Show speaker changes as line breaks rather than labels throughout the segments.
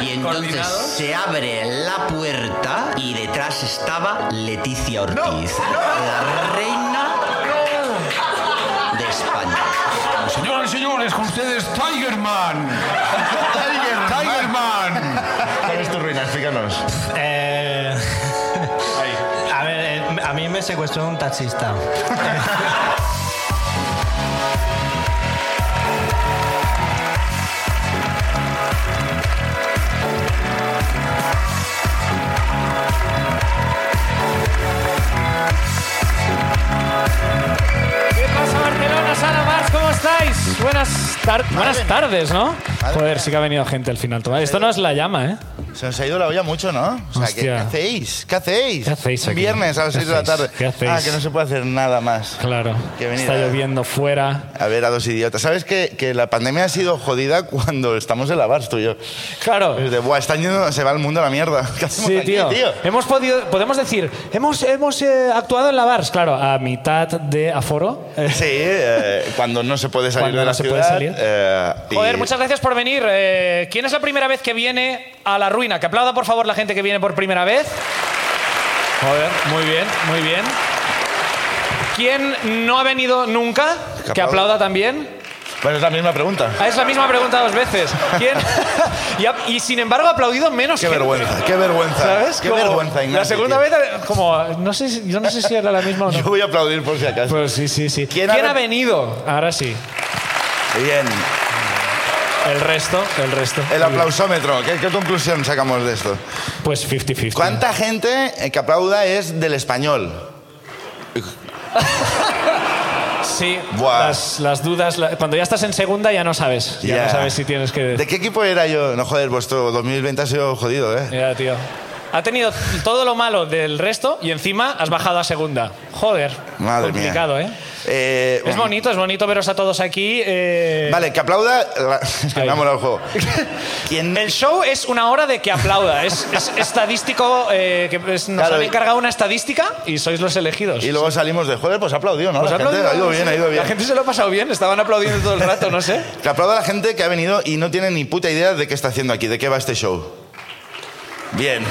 entonces
coordinados.
se abre la puerta y detrás estaba Leticia Ortiz, la reina de España.
Señoras y señores, con ustedes Tigerman. Tigerman.
¿Cuál es tu ruina? Explícanos.
Eh, a ver, eh, a mí me secuestró un taxista.
¿Qué pasa, Barcelona? Sala Mars, ¿cómo estáis? Buenas, tar- buenas tardes, ¿no? Joder, sí que ha venido gente al final. Toma, Esto no es la llama, ¿eh?
Se nos ha ido la olla mucho, ¿no? O sea, ¿qué, qué
Hostia.
hacéis? ¿Qué hacéis?
¿Qué hacéis aquí?
Viernes a las
¿Qué
6 de la
hacéis?
tarde.
¿Qué hacéis?
Ah, que no se puede hacer nada más.
Claro.
Qué venida.
Está lloviendo fuera.
A ver, a dos idiotas. ¿Sabes que, que la pandemia ha sido jodida cuando estamos en la bars, tú y yo?
Claro.
Es de, Buah, están yendo, se va el mundo a la mierda. ¿Qué hacemos
Sí,
aquí,
tío. Hemos podido, podemos decir, hemos, hemos eh, actuado en la Bars, claro, a mitad de aforo. Eh,
Sí, eh, cuando no se puede salir
Cuando
de la
no se
ciudad.
puede salir.
eh, y-
Joder, muchas gracias por venir. Eh, ¿Quién es la primera vez que viene a la ruina? Que aplauda, por favor, la gente que viene por primera vez. Joder, muy bien, muy bien. ¿Quién no ha venido nunca?
Que
Que
aplauda.
aplauda también.
Bueno, es la misma pregunta.
Ah, Es la misma pregunta dos veces. ¿Quién? y, ha- y, sin embargo ha aplaudido menos
Qué
gente.
vergüenza, qué vergüenza.
¿Sabes?
Qué
Como
vergüenza, Ignacio.
La segunda
tío.
vez, como, no sé, si- yo no sé si era la misma o
Yo
no.
voy a aplaudir por si acaso.
Pues sí, sí, sí.
¿Quién
¿Quién,
ha-
ha venido? Ahora sí.
Bien.
El resto, el resto.
El aplausómetro. ¿Qué, qué conclusión sacamos de esto?
Pues 50-50.
¿Cuánta gente eh, que aplauda es del español?
Sí,
Buah.
las, las dudas. la- cuando ya estás en segunda ya no sabes. Ya
Ya.
no sabes si tienes que...
¿De qué equipo era yo? No, joder, vuestro 2020 ha sido jodido, ¿eh?
Ya, tío. Ha tenido todo lo malo del resto y encima has bajado a segunda. Joder.
Madre
complicado,
mía.
¿eh?
Eh,
Es
bueno.
bonito, es bonito veros a todos aquí. eh,
Vale, que aplauda. la- Es que me
Ahí.
ha molado el juego. ¿Quién-
El show es una hora de que aplauda. Es, es estadístico. eh, que es- nos
Claro,
han
y-
encargado una estadística y sois los elegidos.
Y luego salimos de joder, pues aplaudió, ¿no?
Os
la
ha
gente ha
aplaudido,
ido bien, ha ido bien.
La gente se lo ha pasado bien. Estaban aplaudiendo todo el rato, no sé.
Que aplauda a la gente que ha venido y no tiene ni puta idea de qué está haciendo aquí, de qué va este show. Bien.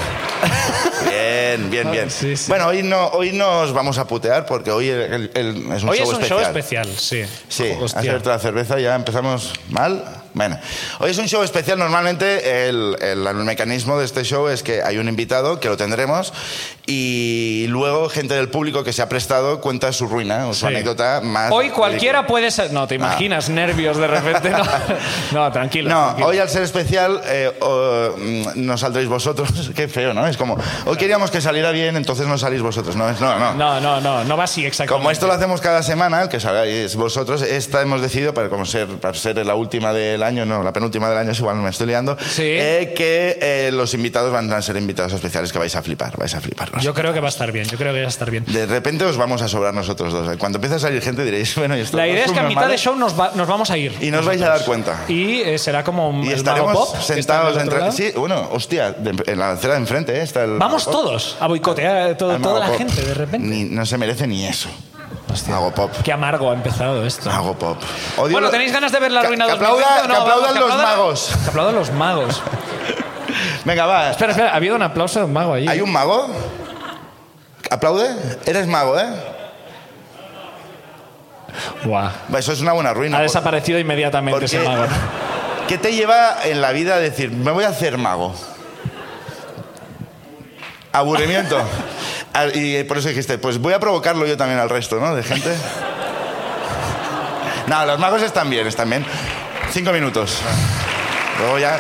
Bien, bien, bien.
sí, sí.
Bueno, hoy no, hoy nos vamos a putear porque hoy el- el- el- es un
Hoy
show
es un
especial.
show especial, sí.
Sí,
Hostia.
hacer otra cerveza, ya empezamos mal. Bueno, hoy es un show especial. Normalmente el, el- el mecanismo de este show es que hay un invitado, que lo tendremos, y luego gente del público que se ha prestado cuenta su ruina o su
Sí.
anécdota más.
Hoy cualquiera
ridícula.
puede ser.
Ah.
No, te imaginas, nervios de repente. No, no tranquilo.
No,
tranquilo.
hoy al ser especial eh, o- mm, no saldréis vosotros. Qué feo, ¿no? Es como, hoy queríamos que saliera bien, entonces no salís vosotros. No, es- no, no.
No, no, no, no va así exactamente.
Como esto lo hacemos cada semana, el que salgáis vosotros, esta hemos decidido, para, como ser, para ser la última del año, no, la penúltima del año, es igual, me estoy liando,
Sí.
eh, que eh, los invitados van a ser invitados especiales que vais a flipar, vais a flipar.
Yo creo que va a estar bien, yo creo que va a estar bien.
De repente os vamos a sobrar nosotros dos. eh. Cuando empiece a salir gente diréis, bueno, ¿y esto
La
no
idea es que a
un
mitad
normal?
de show nos, va- nos vamos a ir.
Y nos vais a dar cuenta.
Y eh, será como un
Y
el
estaremos
Mago Pop, que está del
sentados
otro
entre...
lado.
Sí, bueno, hostia, de- en la acera de enfrente eh, está el...
Vamos
Mago Pop.
todos a boicotear a todo-
Al Mago
toda la
Pop.
gente de repente.
Ni- no se merece ni eso.
Hostia.
Mago Pop.
Qué amargo ha empezado esto.
Mago Pop. Odio
Bueno,
lo-
¿tenéis ganas de ver la
Que-
ruina
que
2020
aplauda-
o no?
que aplaudan
Vamos,
los magos.
Que aplaudan los magos.
Venga, va.
espera, espera, ha habido un aplauso de un mago allí. ¿eh?
¿Hay un mago? ¿Aplaude? Eres mago, ¿eh?
Guau.
Va, Eso es una buena ruina.
Ha
por-
desaparecido inmediatamente ese
porque-
mago.
¿Qué te lleva en la vida a decir, me voy a hacer mago? Aburrimiento. Al- y por eso dijiste, pues voy a provocarlo yo también al resto, ¿no? De gente. No, los magos están bien, están bien. Cinco minutos. Luego ya...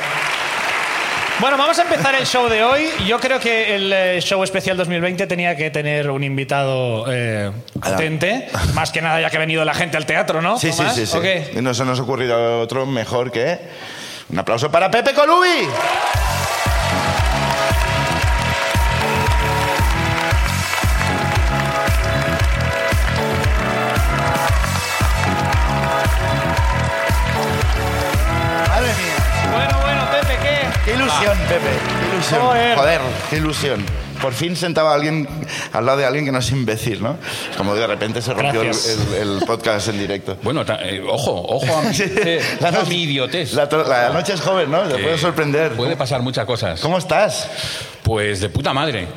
Bueno, vamos a empezar el show de hoy. Yo creo que el eh, show especial 2020 tenía que tener un invitado eh, potente. Más que nada, ya que ha venido la gente al teatro, ¿no?
Sí, sí,
Tomás?
sí, sí.
¿O qué?
Y no se nos ha ocurrido otro mejor que... Un aplauso para Pepe Colubi. Madre mía.
Bueno, bueno, Pepe, ¿qué?
Ah. Qué ilusión, Pepe. Qué ilusión.
Joder.
Joder, qué ilusión. por fin sentaba a alguien al lado de alguien que no es imbécil, ¿no? Es como de repente se rompió el,
Gracias.
el- el podcast en directo.
Bueno, ta- eh, ojo, ojo a mi, eh,
La
ojo a
noche-
mi idiotez.
La, tro- la noche es joven, ¿no? Te
Eh,
puede sorprender.
Puede pasar muchas cosas.
¿Cómo estás?
Pues de puta madre.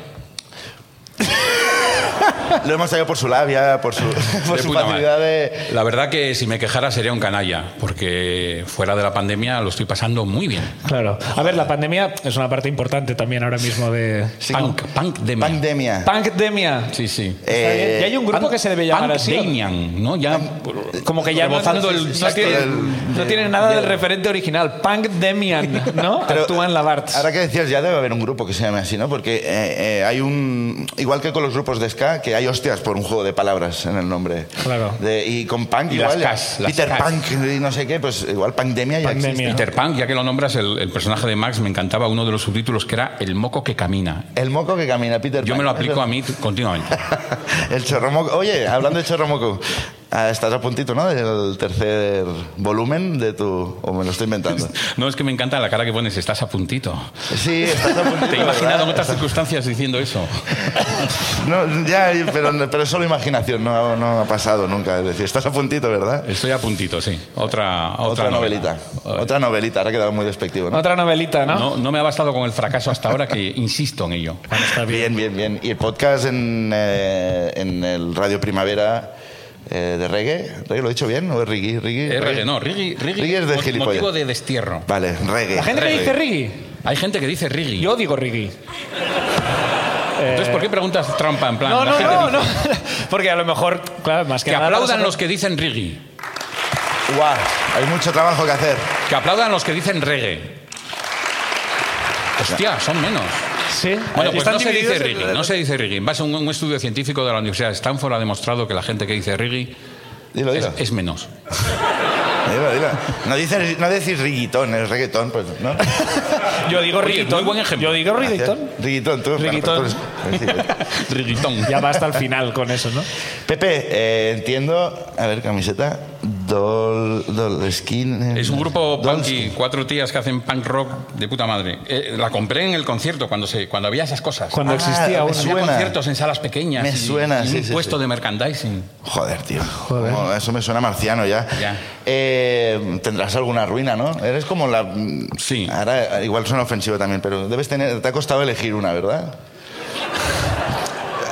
Lo hemos traído por su labia, por su, por
De
su
puta madre.
facilidad de...
La verdad que si me quejara sería un canalla, porque fuera de la pandemia lo estoy pasando muy bien.
Ah, Claro. A ver, la pandemia es una parte importante también ahora mismo de.
Sí,
punk, punk de
Pandemia.
Pandemia.
Sí, sí.
Eh,
y hay un grupo
Punk-
que se debe llamar
Punk
así.
Damian, ¿no? Ya
Como que ya no,
rebozando
no-
el-
no tiene,
del-
no tiene nada del referente original. Punk Demian, ¿no?
Pero
Actúa en la Barts.
Ahora que decías, ya debe haber un grupo que se llame así, ¿no? Porque eh, eh, hay un. Igual que con los grupos de Ska, que hay hostias por un juego de palabras en el nombre.
Claro.
De- y con Punk
Y
igual. eh.
las cas, las
Peter
cas.
Punk y no sé qué, pues igual Pandemia ya
Pandemia.
existe.
Peter Pan, ya que lo nombras, el, el personaje de Max me encantaba uno de los subtítulos que era El moco que camina.
El moco que camina, Peter
Yo
Pan.
me lo aplico a mí continuamente.
El chorromoco. Oye, hablando de chorromoco, ah, estás a puntito, ¿no? Del tercer volumen de tu. O me lo estoy inventando.
No, es que me encanta la cara que pones, estás a puntito.
Sí, estás a puntito.
Te he imaginado
¿verdad?
en otras circunstancias diciendo eso.
No, ya, pero, pero es solo imaginación, no, no ha pasado nunca. Es decir, estás a puntito, ¿verdad?
Estoy a puntito, sí. Otra, otra,
Otra,
novela.
novelita. Otra novelita, ahora ha quedado muy despectivo. ¿no?
Otra novelita, ¿no?
No, no me ha bastado con el fracaso hasta ahora, que insisto en ello.
Bien, bien, bien. Y el podcast en, eh, en el Radio Primavera eh, de reggae. ¿Reggae lo he dicho bien? ¿O es Riggy? Riggy,
Eh, reggae, no, Riggy, Riggy,
Riggy es de
mo-
gilipollas.
motivo de destierro.
Vale, reggae.
La gente le dice Riggy.
Hay gente que dice Riggy.
Yo digo Riggy.
Entonces, ¿por qué preguntas trampa en plan?
No,
la
no,
gente
no,
dice-
no. Porque a lo mejor, claro, más que,
Que
nada,
aplaudan
pasa-
los que dicen Riggy.
Guau, hay mucho trabajo que hacer.
Que aplaudan los que dicen reggae. Hostia, son menos.
Sí.
Bueno, pues
Están
no se
divididos
dice
en-
Riggy, no se dice Riggy. En base a un, un estudio científico de la Universidad de Stanford ha demostrado que la gente que dice Riggy
Dilo,
es,
dilo.
es menos.
Dilo, dilo. No, dices, no decís riguitón, es reggaetón, pues, ¿no?
Yo digo
Oye,
Riggy.
muy buen ejemplo.
Yo digo Riggy.
Riguitón, tú.
Riguitón.
bueno, pues tú eres-
Rigitón.
Ya va hasta el final con eso, ¿no?
Pepe, eh, entiendo. A ver, camiseta. Dol. Dol skin.
Es un grupo punky,
Dolskin.
cuatro tías que hacen punk rock de puta madre. Eh, la compré en el concierto cuando, se, cuando había esas cosas.
Cuando
Ah,
existía
me
un...
Había
suena.
conciertos en salas pequeñas.
Me
y-
suena,
y
sí,
un
sí,
puesto
sí.
de merchandising.
Joder, tío. Como eso me suena marciano ya.
Ya.
Eh, Tendrás alguna ruina, ¿no? Eres como la.
Sí.
Ahora igual suena ofensivo también, pero debes tener. Te ha costado elegir una, ¿verdad?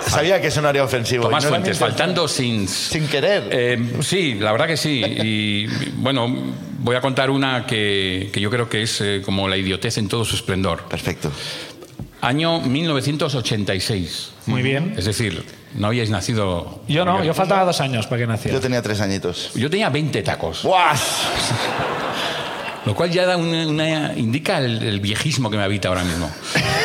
Sabía que sonaría ofensivo.
Tomás
y no era
Fuentes,
mi-
faltando sins.
Sin querer.
Eh, sí, la verdad que sí. Y bueno, voy a contar una que, que yo creo que es eh, como la idiotez en todo su esplendor.
Perfecto.
Año 1986.
Muy bien.
Es decir, no habíais nacido.
Yo no, yo faltaba dos años para que naciera.
Yo tenía tres añitos.
Yo tenía 20 tacos,
¡Guas!
lo cual ya da una, una- indica el, el viejismo que me habita ahora mismo.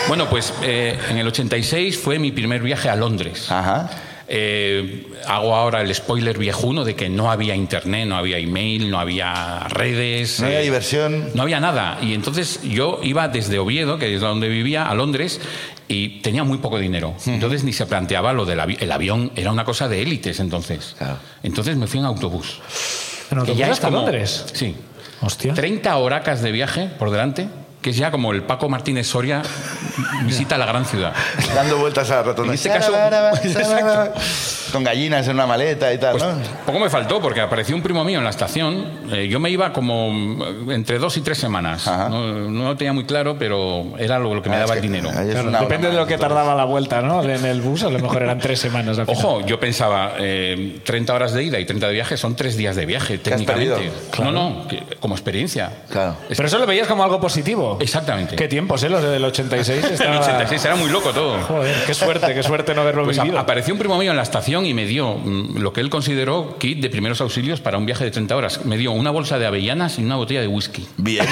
Bueno, pues eh, en el 86 fue mi primer viaje a Londres.
Ajá.
Eh, hago ahora el spoiler viejuno de que no había internet, no había email, no había redes.
No había
eh,
diversión.
No había nada. Y entonces yo iba desde Oviedo, que es donde vivía, a Londres y tenía muy poco dinero. Entonces ni se planteaba lo del avi- el avión, era una cosa de élites entonces.
Claro.
Entonces me fui en autobús.
En
que
autobús
ya es
hasta
como-
Londres.
Sí.
Hostia.
30 horacas de viaje por delante, que es ya como el Paco Martínez Soria visita la gran ciudad.
dando vueltas a la rotonda.
En este caso-
Exacto. Con gallinas en una maleta y tal,
Pues
¿no?
poco me faltó porque apareció un primo mío en la estación. Eh, yo me iba como mm, entre dos y tres semanas.
Ajá.
No, no lo tenía muy claro, pero era lo, lo que me
Ah,
daba
es
el
que
dinero.
ahí es
Claro,
una hora
depende de lo
más,
que
entonces.
tardaba la vuelta, ¿no? En el bus a lo mejor eran tres semanas. al final.
Ojo, yo pensaba, eh, 30 horas de ida y 30 de viaje son tres días de viaje,
has
técnicamente.
perdido?
No, no, que- como experiencia.
Claro.
Pero eso lo veías como algo positivo.
Exactamente.
Qué tiempos, ¿eh? Los del 86.
En
estaba-
el 86 era muy loco todo.
Joder, qué suerte, qué suerte no haberlo
Pues a-
vivido.
apareció un primo mío en la estación y me dio mm, lo que él consideró kit de primeros auxilios para un viaje de 30 horas. Me dio una bolsa de avellanas y una botella de whisky.
Bien.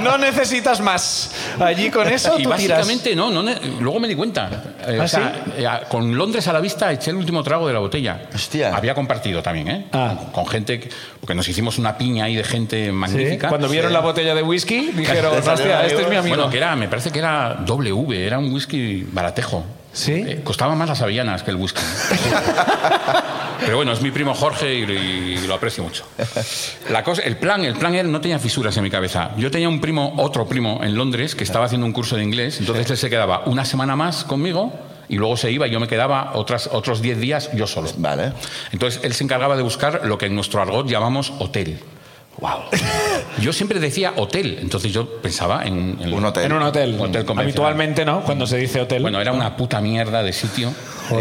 No necesitas más. Allí con eso
y
tú tiras.
básicamente no, no ne- luego me di cuenta. Eh,
¿Ah,
o sea, eh, a- con Londres a la vista eché el último trago de la botella.
Hostia.
Había compartido también, ¿eh?
Ah.
Con, con gente, que- porque nos hicimos una piña ahí de gente
Sí,
magnífica.
Cuando vieron la botella de whisky, dijeron,
Te salió
hostia, este es mi amigo.
Bueno, que era, me parece que era W, era un whisky baratejo.
¿Sí?
Eh, costaba más las avellanas que el whisky. Pero bueno, es mi primo Jorge y, y lo aprecio mucho. La cosa, el plan, el plan era, no tenía fisuras en mi cabeza. Yo tenía un primo, otro primo en Londres que estaba haciendo un curso de inglés, entonces él se quedaba una semana más conmigo y luego se iba y yo me quedaba otras, otros 10 días yo solo.
Vale.
Entonces él se encargaba de buscar lo que en nuestro argot llamamos hotel.
Wow.
Yo siempre decía hotel, entonces yo pensaba en, en-
Un hotel.
En un hotel.
Hotel convencional.
Habitualmente, ¿no? Cuando se dice hotel.
Bueno, era una puta mierda de sitio,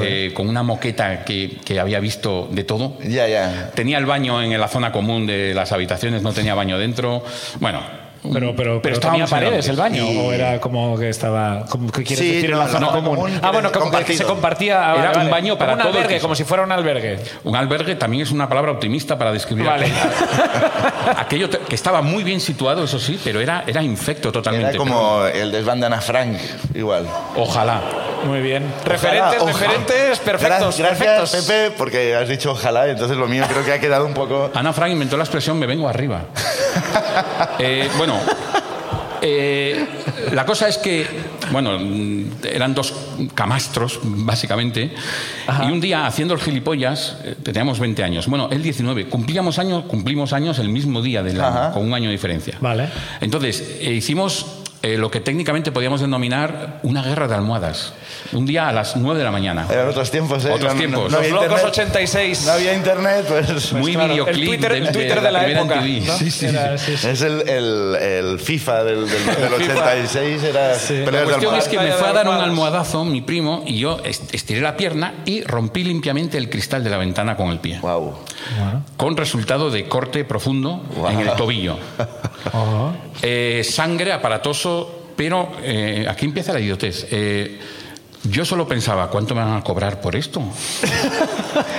eh, con una moqueta que, que había visto de todo.
Ya, ya.
Tenía el baño en la zona común de las habitaciones, no tenía baño dentro. Bueno,
Pero, pero, pero tenía
estábamos en
paredes el
Londres.
baño
Y-
o era como que estaba como que quieres
Sí,
decir en
no,
la zona
no,
común.
común,
Ah, bueno,
que
como que
compartido.
se compartía ah,
Era
vale,
un
vale.
baño para
Como
todo
un
el
albergue,
piso.
como si fuera un albergue.
Un albergue también es una palabra optimista para describir
Vale.
aquello. Aquello te- que estaba muy bien situado, eso sí, pero era, era infecto totalmente.
Era como el desván de Ana Frank, igual.
Ojalá.
Muy bien.
Ojalá,
Referentes,
ojalá.
referentes perfectos,
Gra- Gracias,
perfectos.
Pepe, porque has dicho ojalá, entonces lo mío creo que ha quedado un poco...
Ana Frank inventó la expresión me vengo arriba. Eh, bueno, eh, la cosa es que, bueno, mm, eran dos camastros, básicamente, y un día haciendo el gilipollas, eh, teníamos 20 años, bueno, él 19, cumplíamos años, cumplimos años el mismo día del año,
Ajá.
con un año de diferencia.
Vale.
Entonces, eh, hicimos... eh, lo que técnicamente podíamos denominar una guerra de almohadas. Un día a las 9 de la mañana.
Eran otros tiempos, ¿eh? No-
Otros
no-
tiempos.
no
Los
había
locos
internet.
86.
No había internet, pues...
Muy
claro, el
videoclip
Twitter-
de,
el Twitter de la
primera
época,
MTV.
¿no?
Sí, sí, sí.
Era- sí, sí.
Es el, el- el FIFA del, del- del 86, era...
La
peleas de
cuestión es
almohadas.
que me
Batalla de
fue a dar un
almohadas.
almohadazo mi primo y yo est- estiré la pierna y rompí limpiamente el cristal de la ventana con el pie,
Guau.
con resultado de corte profundo en el tobillo. Eh, sangre aparatoso, pero eh, aquí empieza la idiotez. Eh, yo solo pensaba, ¿cuánto me van a cobrar por esto?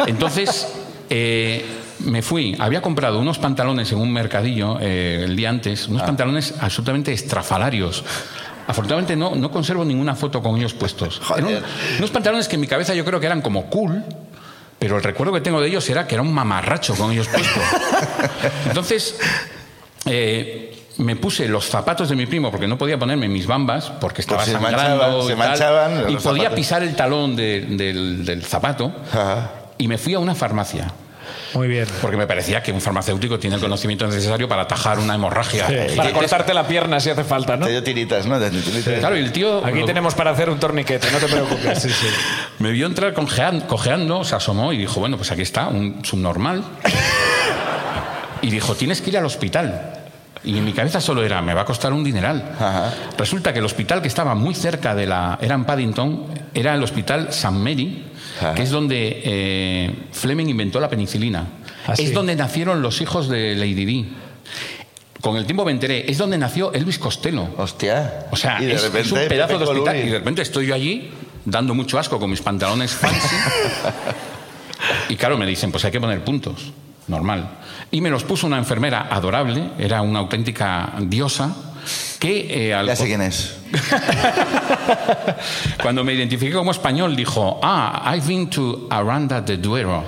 Entonces, eh, me fui. Había comprado unos pantalones en un mercadillo eh, el día antes, unos pantalones absolutamente estrafalarios. Afortunadamente no, no conservo ninguna foto con ellos puestos.
Joder.
Eran unos pantalones que en mi cabeza yo creo que eran como cool, pero el recuerdo que tengo de ellos era que era un mamarracho con ellos puestos. Entonces, eh, me puse los zapatos de mi primo porque no podía ponerme mis bambas porque estaba
Pues se
sangrando
manchaban, se
y tal,
manchaban
y
los
podía
zapatos.
pisar el talón de- del, del zapato
Ajá.
y me fui a una farmacia
Muy bien.
porque me parecía que un farmacéutico tiene el conocimiento necesario para atajar una hemorragia. Y
Para
dices,
cortarte la pierna si hace falta, ¿no?
Te dio tiritas, ¿no? Te dio tiritas.
Claro, y el tío
Aquí
lo-
tenemos para hacer un torniquete, no te preocupes.
me vio entrar conjean- cojeando, se asomó y dijo, bueno, pues aquí está, un subnormal. y dijo, tienes que ir al hospital. Y en mi cabeza solo era, me va a costar un dineral.
Ajá.
Resulta que el hospital que estaba muy cerca de la... Era en Paddington, era el hospital St. Mary,
Ajá.
que es donde eh, Fleming inventó la penicilina.
Ah, sí.
Es donde nacieron los hijos de Lady Di. Con el tiempo me enteré, es donde nació Elvis Costello.
Hostia.
O sea,
Y de
es,
repente,
es un pedazo de
Pepe
hospital
Colubi.
y de repente estoy yo allí dando mucho asco con mis pantalones fancy. y claro, me dicen, pues hay que poner puntos. Normal. Y me los puso una enfermera adorable, era una auténtica diosa, que eh, al-
Ya sé quién es.
cuando me identifiqué como español dijo, ah, I've been to Aranda de Duero.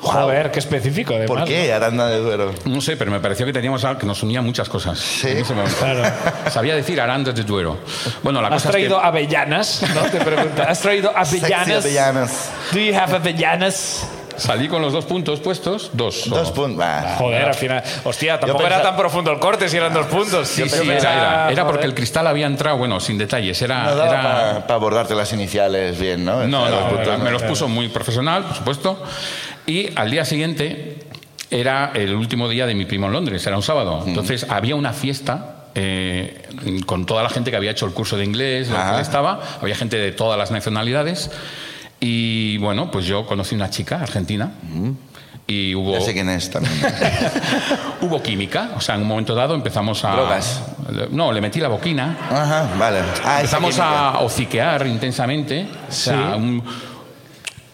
Joder, qué específico, además.
¿Por qué Aranda de Duero?
No sé, pero me pareció que teníamos algo que nos unía muchas cosas. En ese momento. Sabía decir Aranda de Duero. Bueno, la
¿Has
cosa es que-
traído avellanas? No te pregunto. ¿Has traído
Sexy
avellanas?
Avellanas.
Do you have avellanas?
Salí con los dos puntos puestos, dos. solo.
Dos Ah. puntos. Va.
Joder, al final. Hostia, tampoco
pensaba-
era tan profundo el corte si eran dos puntos.
Sí, sí, era, era. Era porque el cristal había entrado, bueno, sin detalles. Era,
No daba
era-
para abordarte las iniciales bien, ¿no? O
no,
sea,
no,
los puntos,
me los puso muy profesional, por supuesto. Y al día siguiente era el último día de mi primo en Londres, era un sábado. Entonces había una fiesta eh, con toda la gente que había hecho el curso de inglés, lo
Ajá.
que estaba. Había gente de todas las nacionalidades. Y bueno, pues yo conocí una chica argentina. Y hubo,
Ya sé quién es también.
hubo química, o sea, en un momento dado empezamos a...
Drogas.
No, le metí la boquina.
Ajá, vale. Ah, esa
Empezamos
química.
a hociquear intensamente. O sea, un,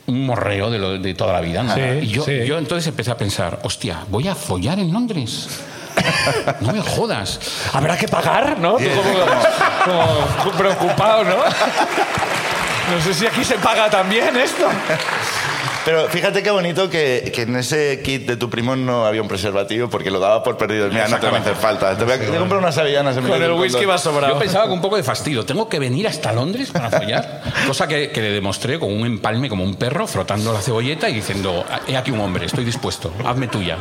un morreo de, lo- de toda la vida. ¿no?
Sí,
y yo,
sí.
yo entonces empecé a pensar, hostia, voy a follar en Londres. No me jodas.
Habrá que pagar, ¿no? Tú como, como preocupado, ¿no? No sé si aquí se paga también esto.
Pero fíjate qué bonito que, que en ese kit de tu primo no había un preservativo porque lo daba por perdido. Mira, no te va a hacer falta. Te voy a te compro unas avellanas en vez
Con
de
el
un
whisky
condón.
va sobrado.
Yo pensaba con un poco de fastidio, tengo que venir hasta Londres para follar. Cosa que, que le demostré con un empalme como un perro, frotando la cebolleta y diciendo, he aquí un hombre, estoy dispuesto, hazme tuya.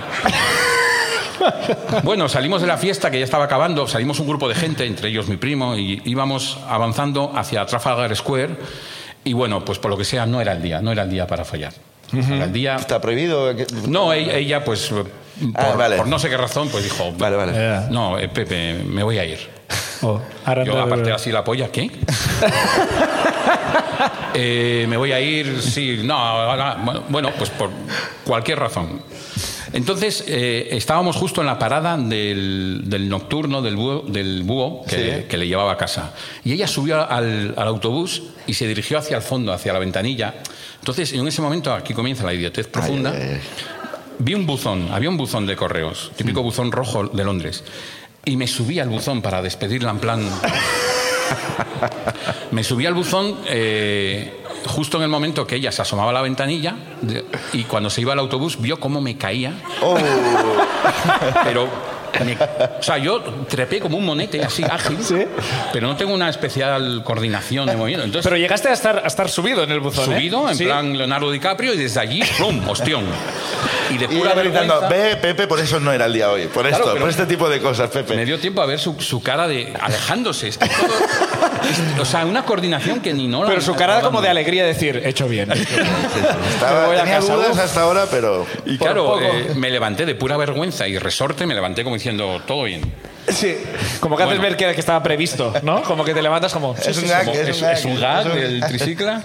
Bueno, salimos de la fiesta que ya estaba acabando, salimos un grupo de gente, entre ellos mi primo, y íbamos avanzando hacia Trafalgar Square. Y bueno, pues por lo que sea, no era el día, no era el día para follar. Era el día.
¿Está prohibido? ¿Qué-
No, e- ella, pues, por,
Ah, vale.
por no sé qué razón, pues dijo,
Vale, vale.
Eh,
no, eh, Pepe, me voy a ir.
oh, ahora
Yo
te-
aparte así la polla, ¿qué? Eh, me voy a ir, sí, no, ahora, bueno, bueno, pues por cualquier razón. Entonces, eh, estábamos justo en la parada del, del nocturno del búho, del búho que, que le llevaba a casa. Y ella subió al, al autobús y se dirigió hacia el fondo, hacia la ventanilla. Entonces, en ese momento, aquí comienza la idiotez profunda. Vi un buzón, había un buzón de correos, típico buzón rojo de Londres. Y me subí al buzón para despedirla en plan... me subí al buzón eh, justo en el momento que ella se asomaba a la ventanilla de- y cuando se iba al autobús vio cómo me caía.
Oh.
Pero... me- o sea, yo trepé como un monete así ágil, pero no tengo una especial coordinación de movimiento. Entonces,
Pero llegaste a estar, a estar subido en el buzón. ¿eh?
subido, en
Sí.
plan Leonardo DiCaprio, y desde allí, ¡pum! ¡Ostión! Y de
Y
pura
ella gritando,
vergüenza...
ve, Pepe, por eso no era el día hoy. Por esto,
pero-
por este tipo de cosas,
Me
Pepe.
dio tiempo a ver su, su cara de alejándose. Es que todo- es- o sea, una coordinación que ni no la-
Pero su cara como de alegría de decir, he hecho bien.
Estaba,
Me voy a
tenía
casa,
dudas
uf.
hasta ahora, pero...
Y
por
claro,
poco.
eh, me levanté de pura vergüenza y resorte, me levanté como diciendo, todo bien.
Sí. Como que haces
Bueno.
ver que, que estaba previsto, ¿no? Como que te levantas como...
Es un gag,
Como-
es un gag.
gag del tricicla.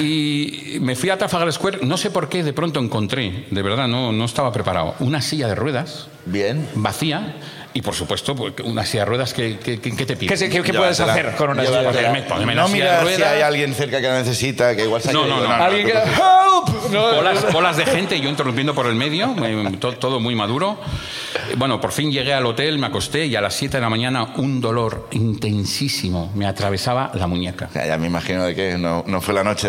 Y me fui a Trafalgar Square. No sé por qué de pronto encontré, de verdad, no, no estaba preparado, una silla de ruedas
Bien.
vacía y, por supuesto, porque una silla de ruedas que, que- que- que te pide.
¿Qué, se- qué- qué puedes
Llévatela.
hacer con una
Llévatela.
silla?
Ponerme- ponerme la
No
silla de
mirar si
ruedas.
hay alguien cerca que la necesita, que igual se ha
No,
caído.
no, no.
Alguien que...
tú-
¡Help! No,
Bolas, bolas de gente y yo interrumpiendo por el medio, eh, to- todo muy maduro. Eh, Bueno, por fin llegué al hotel, me acosté y a las 7 de la mañana un dolor intensísimo me atravesaba la muñeca.
Ya, ya me imagino de que no, no fue la noche.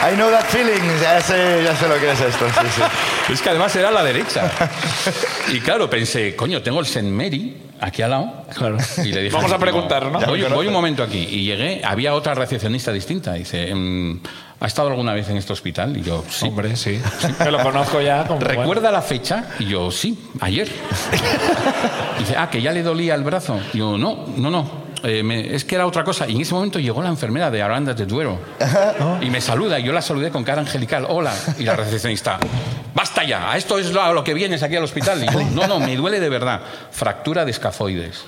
I know that feeling. Ya sé, ya sé lo que es esto. Sí, sí.
Es que además era la derecha. Y claro, pensé, coño, tengo el Saint Mary aquí al lado. Y le dije,
Vamos a
tipo,
preguntar, ¿no?
Voy, voy un momento aquí. Y llegué, había otra recepcionista distinta. Dice, "Mm, ¿ha estado alguna vez en este hospital? Y yo, sí.
Hombre, sí. Me lo conozco ya. Como,
¿Recuerda la fecha? Y yo, sí, ayer. dice, ah, que ya le dolía el brazo. Y yo, no, no, no. eh, me- es que era otra cosa. Y en ese momento llegó la enfermera de Arandas de Duero. Y me saluda. Y yo la saludé con cara angelical. Hola. Y la recepcionista, basta ya. A esto es lo, a lo que vienes aquí al hospital. Y yo, no, no, me duele de verdad. Fractura de escafoides.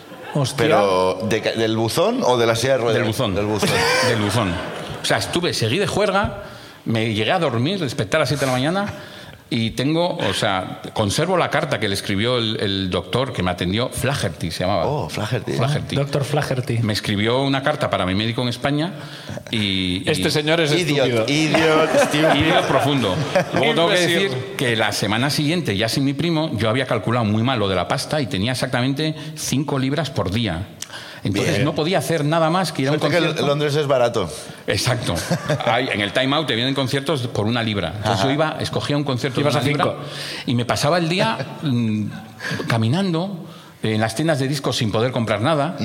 Pero, ¿de ca- ¿del buzón o de la silla de ruedas?
Del buzón.
Del buzón.
Del buzón. O sea, estuve, seguí de juerga, me llegué a dormir, desperté a las 7 de la mañana y tengo, o sea, conservo la carta que le escribió el, el doctor que me atendió, Flaherty se llamaba.
Oh, Flaherty.
Flaherty.
Doctor Flaherty.
Me escribió una carta para mi médico en España y... y-
Este señor es estúpido.
Idiot, idiot, stupid.
y lo profundo. Luego tengo que
Imbécil.
decir que la semana siguiente, ya sin mi primo, yo había calculado muy mal lo de la pasta y tenía exactamente 5 libras por día. Entonces Pues no podía hacer nada más que ir a un
Suerte que
concierto.
Londres es barato.
Exacto. Hay- en el Time Out te vienen conciertos por una libra. Entonces yo iba, escogía un concierto de
Ibas
una
a cinco.
libra y me pasaba el día mm, caminando en las tiendas de discos sin poder comprar nada.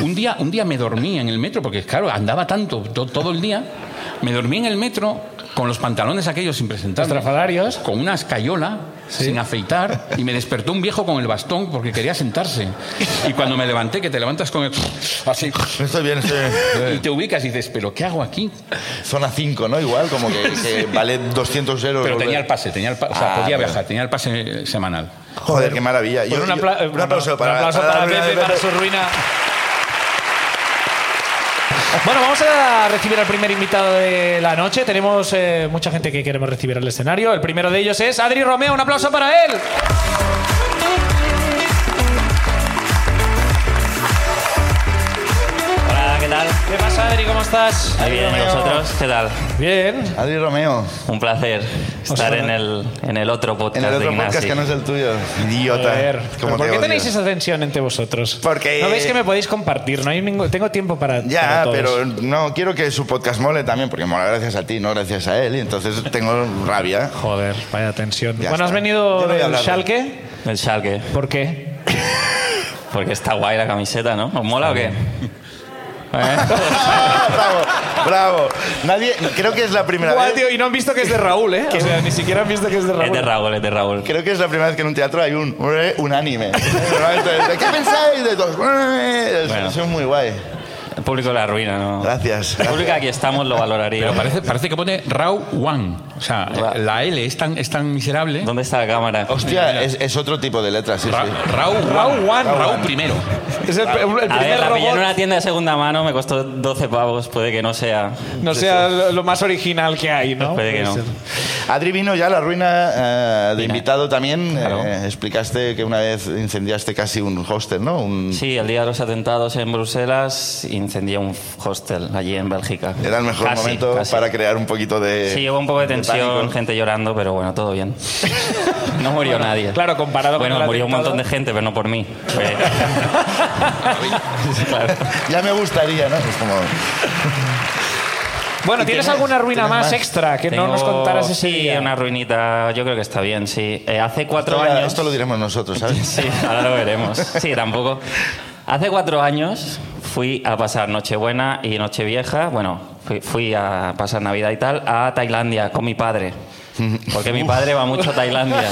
Un día, un día me dormí en el metro, porque claro, andaba tanto to- todo el día. Me dormí en el metro con los pantalones aquellos sin presentar.
Estrafalarios.
Con una escayola, sin afeitar, y me despertó un viejo con el bastón porque quería sentarse. Y cuando me levanté, que te levantas con el. así.
Estoy bien, estoy bien.
Y te ubicas y dices, ¿pero qué hago aquí?
Zona 5, ¿no? Igual, como que, que vale 200 euros.
Pero
volver.
tenía el pase, tenía el pa- o sea,
Ah,
podía
bueno.
viajar, tenía el pase eh, semanal.
Joder, qué maravilla. Yo-
Pues un,
yo-
apla-
un aplauso
bueno,
para,
un aplauso para
la-
Pepe, para su ruina.
Bueno, vamos a recibir al primer invitado de la noche. Tenemos eh, mucha gente que queremos recibir al escenario. El primero de ellos es Adri Romeo. Un aplauso para él.
Hola, ¿qué tal?
¿Qué pasa, Adri, ¿cómo estás?
Muy bien, ¿y
Romeo.
vosotros? ¿Qué tal?
Bien.
Adri Romeo,
Un placer estar
sea,
en el, en el otro podcast
en el
de
otro
Ignasi.
podcast que no es el tuyo. Idiota.
Joder. ¿Pero
Cómo
¿Por
te
qué
odio.
tenéis esa tensión entre vosotros?
Porque-
No veis que me podéis compartir, no hay ningún... Tengo tiempo para para
Ya,
todos.
pero no, quiero que su podcast mole también, porque mola gracias a ti, no gracias a él, y entonces tengo rabia.
Joder, vaya tensión.
Ya
bueno, has
está.
venido
Yo no voy a
del
hablar de-
Schalke.
El Schalke.
¿Por qué?
Porque está guay la camiseta, ¿no? ¿Os mola o qué? ¿Eh?
bravo, bravo. Nadie, creo que es la primera
Buah,
vez.
tío, y no han visto que es de Raúl, ¿eh? O sea, ni siquiera han visto que es de Raúl.
Es de Raúl, es de Raúl.
Creo que es la primera vez que en un teatro hay un "Ue", unánime. Normalmente, ¿Qué pensáis de todos? "Ue".
Bueno.
Soy muy guay.
El público de la ruina, ¿no?
Gracias.
El público aquí estamos lo valoraría.
Pero parece, parece que pone Raw One. O sea,
Ra-
la E, L es tan, es tan miserable.
¿Dónde está la cámara?
Hostia, es, es otro tipo de letras, sí,
Ra-
sí.
Raw One.
Raw One.
Raw primero.
Es el, el
A ver,
primer
la pillé en
robot.
una tienda de segunda mano, me costó 12 pavos, puede que no sea.
No sea lo lo más original que hay, ¿no?
Puede que no.
ser.
Adri vino ya a la ruina eh, de invitado también.
Claro.
Eh, explicaste que una vez incendiaste casi un hostel, ¿no? Un-
Sí, el día de los atentados en Bruselas incendié un hostel allí en Bélgica.
Era el mejor
Casi,
momento
casi.
para crear un poquito de...
Sí, hubo un poco de tensión,
pánico.
gente llorando, pero bueno, todo bien. No murió nadie.
Claro, comparado
Bueno,
con el
murió un montón de
atentado.
gente, pero no por mí. Fue- Claro.
Ya me gustaría, ¿no? Es como...
Bueno, ¿tienes
tienes-
alguna ruina
tienes
más,
más?
extra que no
Tengo-
nos contaras ese
sí,
día?
una ruinita, yo creo que está bien, sí. Eh, hace cuatro
Esto, ya-
años...
esto lo diremos nosotros, ¿sabes?
Sí, ahora lo veremos. Sí, tampoco. Hace cuatro años fui a pasar Nochebuena y Nochevieja, bueno, fui, fui a pasar Navidad y tal, a Tailandia con mi padre. Porque mi padre va mucho a Tailandia.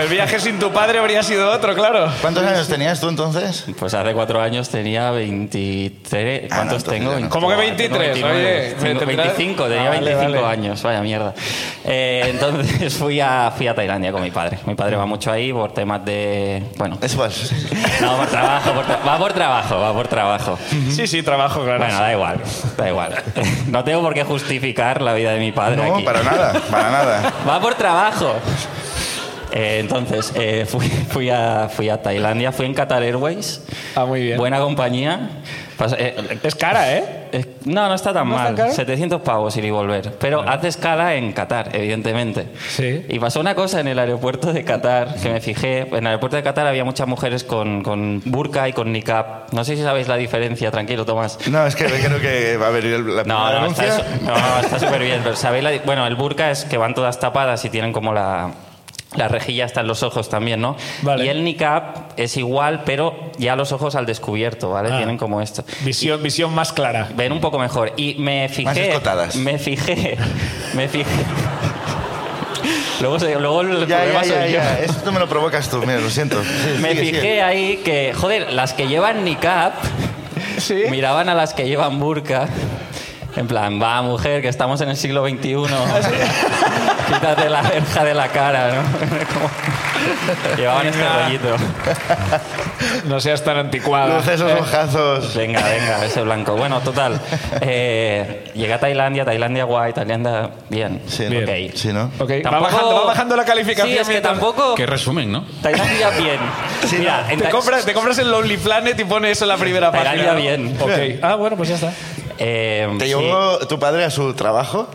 El viaje sin tu padre habría sido otro, claro.
¿Cuántos años tenías tú entonces?
Pues hace cuatro años tenía 23.
Ah, no,
¿Cuántos
entonces
tengo?
ya no.
¿Cómo que
Tengo
23?
29,
Oye,
tengo
¿te
25,
tendrás?
tenía
Ah, vale,
25
vale.
años, vaya mierda. Eh, entonces fui a, fui a Tailandia con mi padre. Mi padre va mucho ahí por temas de. Bueno.
Es más.
No, por trabajo, por tra- va por trabajo, va por trabajo.
Sí, sí, trabajo, claro.
Bueno, da igual, da igual. No tengo por qué justificar la vida de mi padre
No,
aquí.
para nada, para nada.
Va por trabajo. Eh, entonces, eh, fui, fui a, fui a Tailandia, fui en Qatar Airways.
Ah, muy bien.
Buena compañía. Pas- eh,
Es cara, ¿eh?
eh, no, no está tan
¿No está
mal.
caro?
700 pavos ir y volver. Pero hace escala en Qatar, evidentemente.
Sí.
Y pasó una cosa en el aeropuerto de Qatar que me fijé. En el aeropuerto de Qatar había muchas mujeres con, con burka y con niqab. No sé si sabéis la diferencia, tranquilo, Tomás.
No, es que creo que va a venir el- la
No,
primera
no,
denuncia.
está, su- no, no, está súper bien. Pero sabéis, la di- bueno, el burka es que van todas tapadas y tienen como la, la rejilla hasta en los ojos también, ¿no?
Vale.
Y el niqab es igual, pero ya los ojos al descubierto, ¿vale?
Ah.
Tienen como esto.
Visión, visión más clara.
Ven un poco mejor. Y me fijé.
Más escotadas.
Me fijé. Me fijé. luego, se- luego el
Ya, ya,
problema
ya,
soy yo.
ya. Esto me lo provocas tú, mira, lo siento. Sí,
Me
sigue,
fijé
sigue.
ahí que, joder, las que llevan niqab
Sí.
miraban a las que llevan burka. En plan, va, mujer, que estamos en el siglo XXI.
Ah,
Quítate la verja de la cara, ¿no? Como- Llevaban este
Venga.
rollito.
No seas tan Eh. anticuado.
Luces, esos ojazos.
Venga, venga, ese blanco. Bueno, total. eh, llegué a Tailandia, Tailandia guay, Tailandia bien.
Sí,
ok.
¿no? Sí, ¿no?
Ok, va
Tampoco-
bajando, va bajando la calificación.
Sí, es que
mientras-
tampoco...
Qué resumen, ¿no?
Tailandia bien. Mira, en
Te
Ta-
compras, te compras el Lonely Planet y pone eso en la primera
Tailandia
página.
bien.
Ok. Ah, bueno, pues ya está.
eh,
¿Te
sí.
llevó tu padre a su trabajo?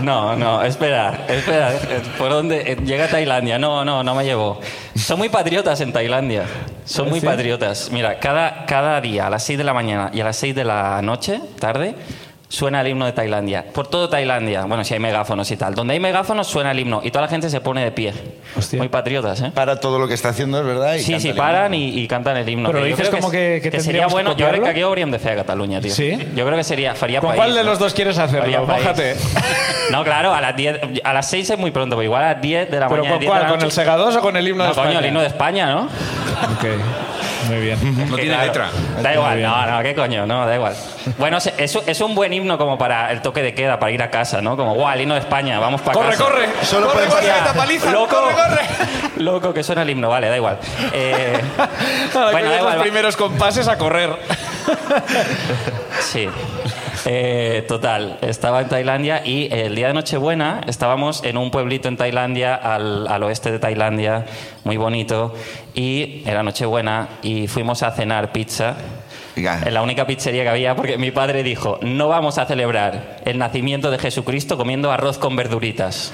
No, no, espera, espera. eh, ¿Por dónde? eh, Llega a Tailandia. No, no, no me llevó. Son muy patriotas en Tailandia. Son muy patriotas. Mira, cada, cada día a las 6 de la mañana y a las 6 de la noche, tarde, suena el himno de Tailandia. Por todo Tailandia. Bueno, si hay megáfonos y tal. Donde hay megáfonos suena el himno y toda la gente se pone de pie.
Hostia.
Muy patriotas, ¿eh?
Para todo lo que está haciendo, ¿es verdad? Y
Sí,
canta
sí,
el
paran
himno.
y, y cantan el himno.
Pero
yo
dices
creo
como
que,
que- que
sería
tendríamos que
bueno. Yo creo
copiarlo.
que aquí habrían de fe a Cataluña, tío.
¿Sí?
Yo creo que sería, faría
¿Con
país,
cuál de
¿no?
los dos quieres hacerlo?
Haría país.
Mójate.
pues, No, claro, a las 10, a las 6 es muy pronto, pero igual a las 10 de la
¿Pero
mañana.
con
10 de
cuál?
la
¿Con
noche-
el Segados o con el himno
No,
de España?
coño, el himno de España, ¿no?
Ok, muy bien.
No
Que
tiene
claro,
letra.
Da igual,
bien.
no, no, qué coño, no, da igual. Bueno, es, es un- es un buen himno como para el toque de queda, para ir a casa, ¿no? Como, guau, el himno de España, vamos para
¡Corre,
casa.
corre!
Solo
¡Corre,
puedes
corre,
tirar.
que te apalizan!
Loco.
¡Corre, corre!
Loco, que suena el himno, vale, da igual. Eh,
Ahora
bueno,
que
da
ves los
igual. va-
primeros compases a correr.
Sí. Eh, total, estaba en Tailandia y el día de Nochebuena estábamos en un pueblito en Tailandia, al, al oeste de Tailandia, muy bonito, y era Nochebuena y fuimos a cenar pizza
Ya.
En la única pizzería que había, porque mi padre dijo, no vamos a celebrar el nacimiento de Jesucristo comiendo arroz con verduritas.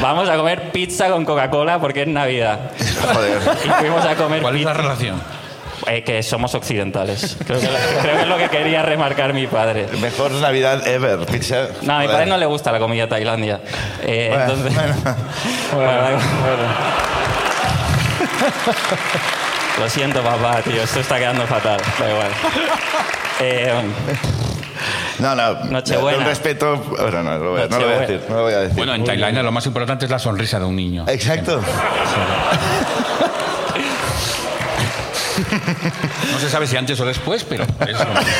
vamos a comer pizza con Coca-Cola porque es Navidad.
Joder.
Y fuimos a comer
¿Cuál es la
pizza.
relación?
Eh, que somos occidentales. Creo que, creo que es lo que quería remarcar mi padre.
Mejor Navidad ever. Pizza.
No, a mi
Joder.
padre no le gusta la comida tailandia. Eh,
Bueno,
entonces...
bueno.
Bueno, da igual. Lo siento, papá, tío. Esto está quedando fatal. Da igual. Eh,
No, no.
Nochebuena.
Un respeto. Bueno, no, lo voy a- no lo voy a
Nochebuena.
decir. No lo voy a decir.
Bueno, en Tailandia lo más importante es la sonrisa de un niño.
Exacto.
No se sabe si antes o después, pero es lo mismo.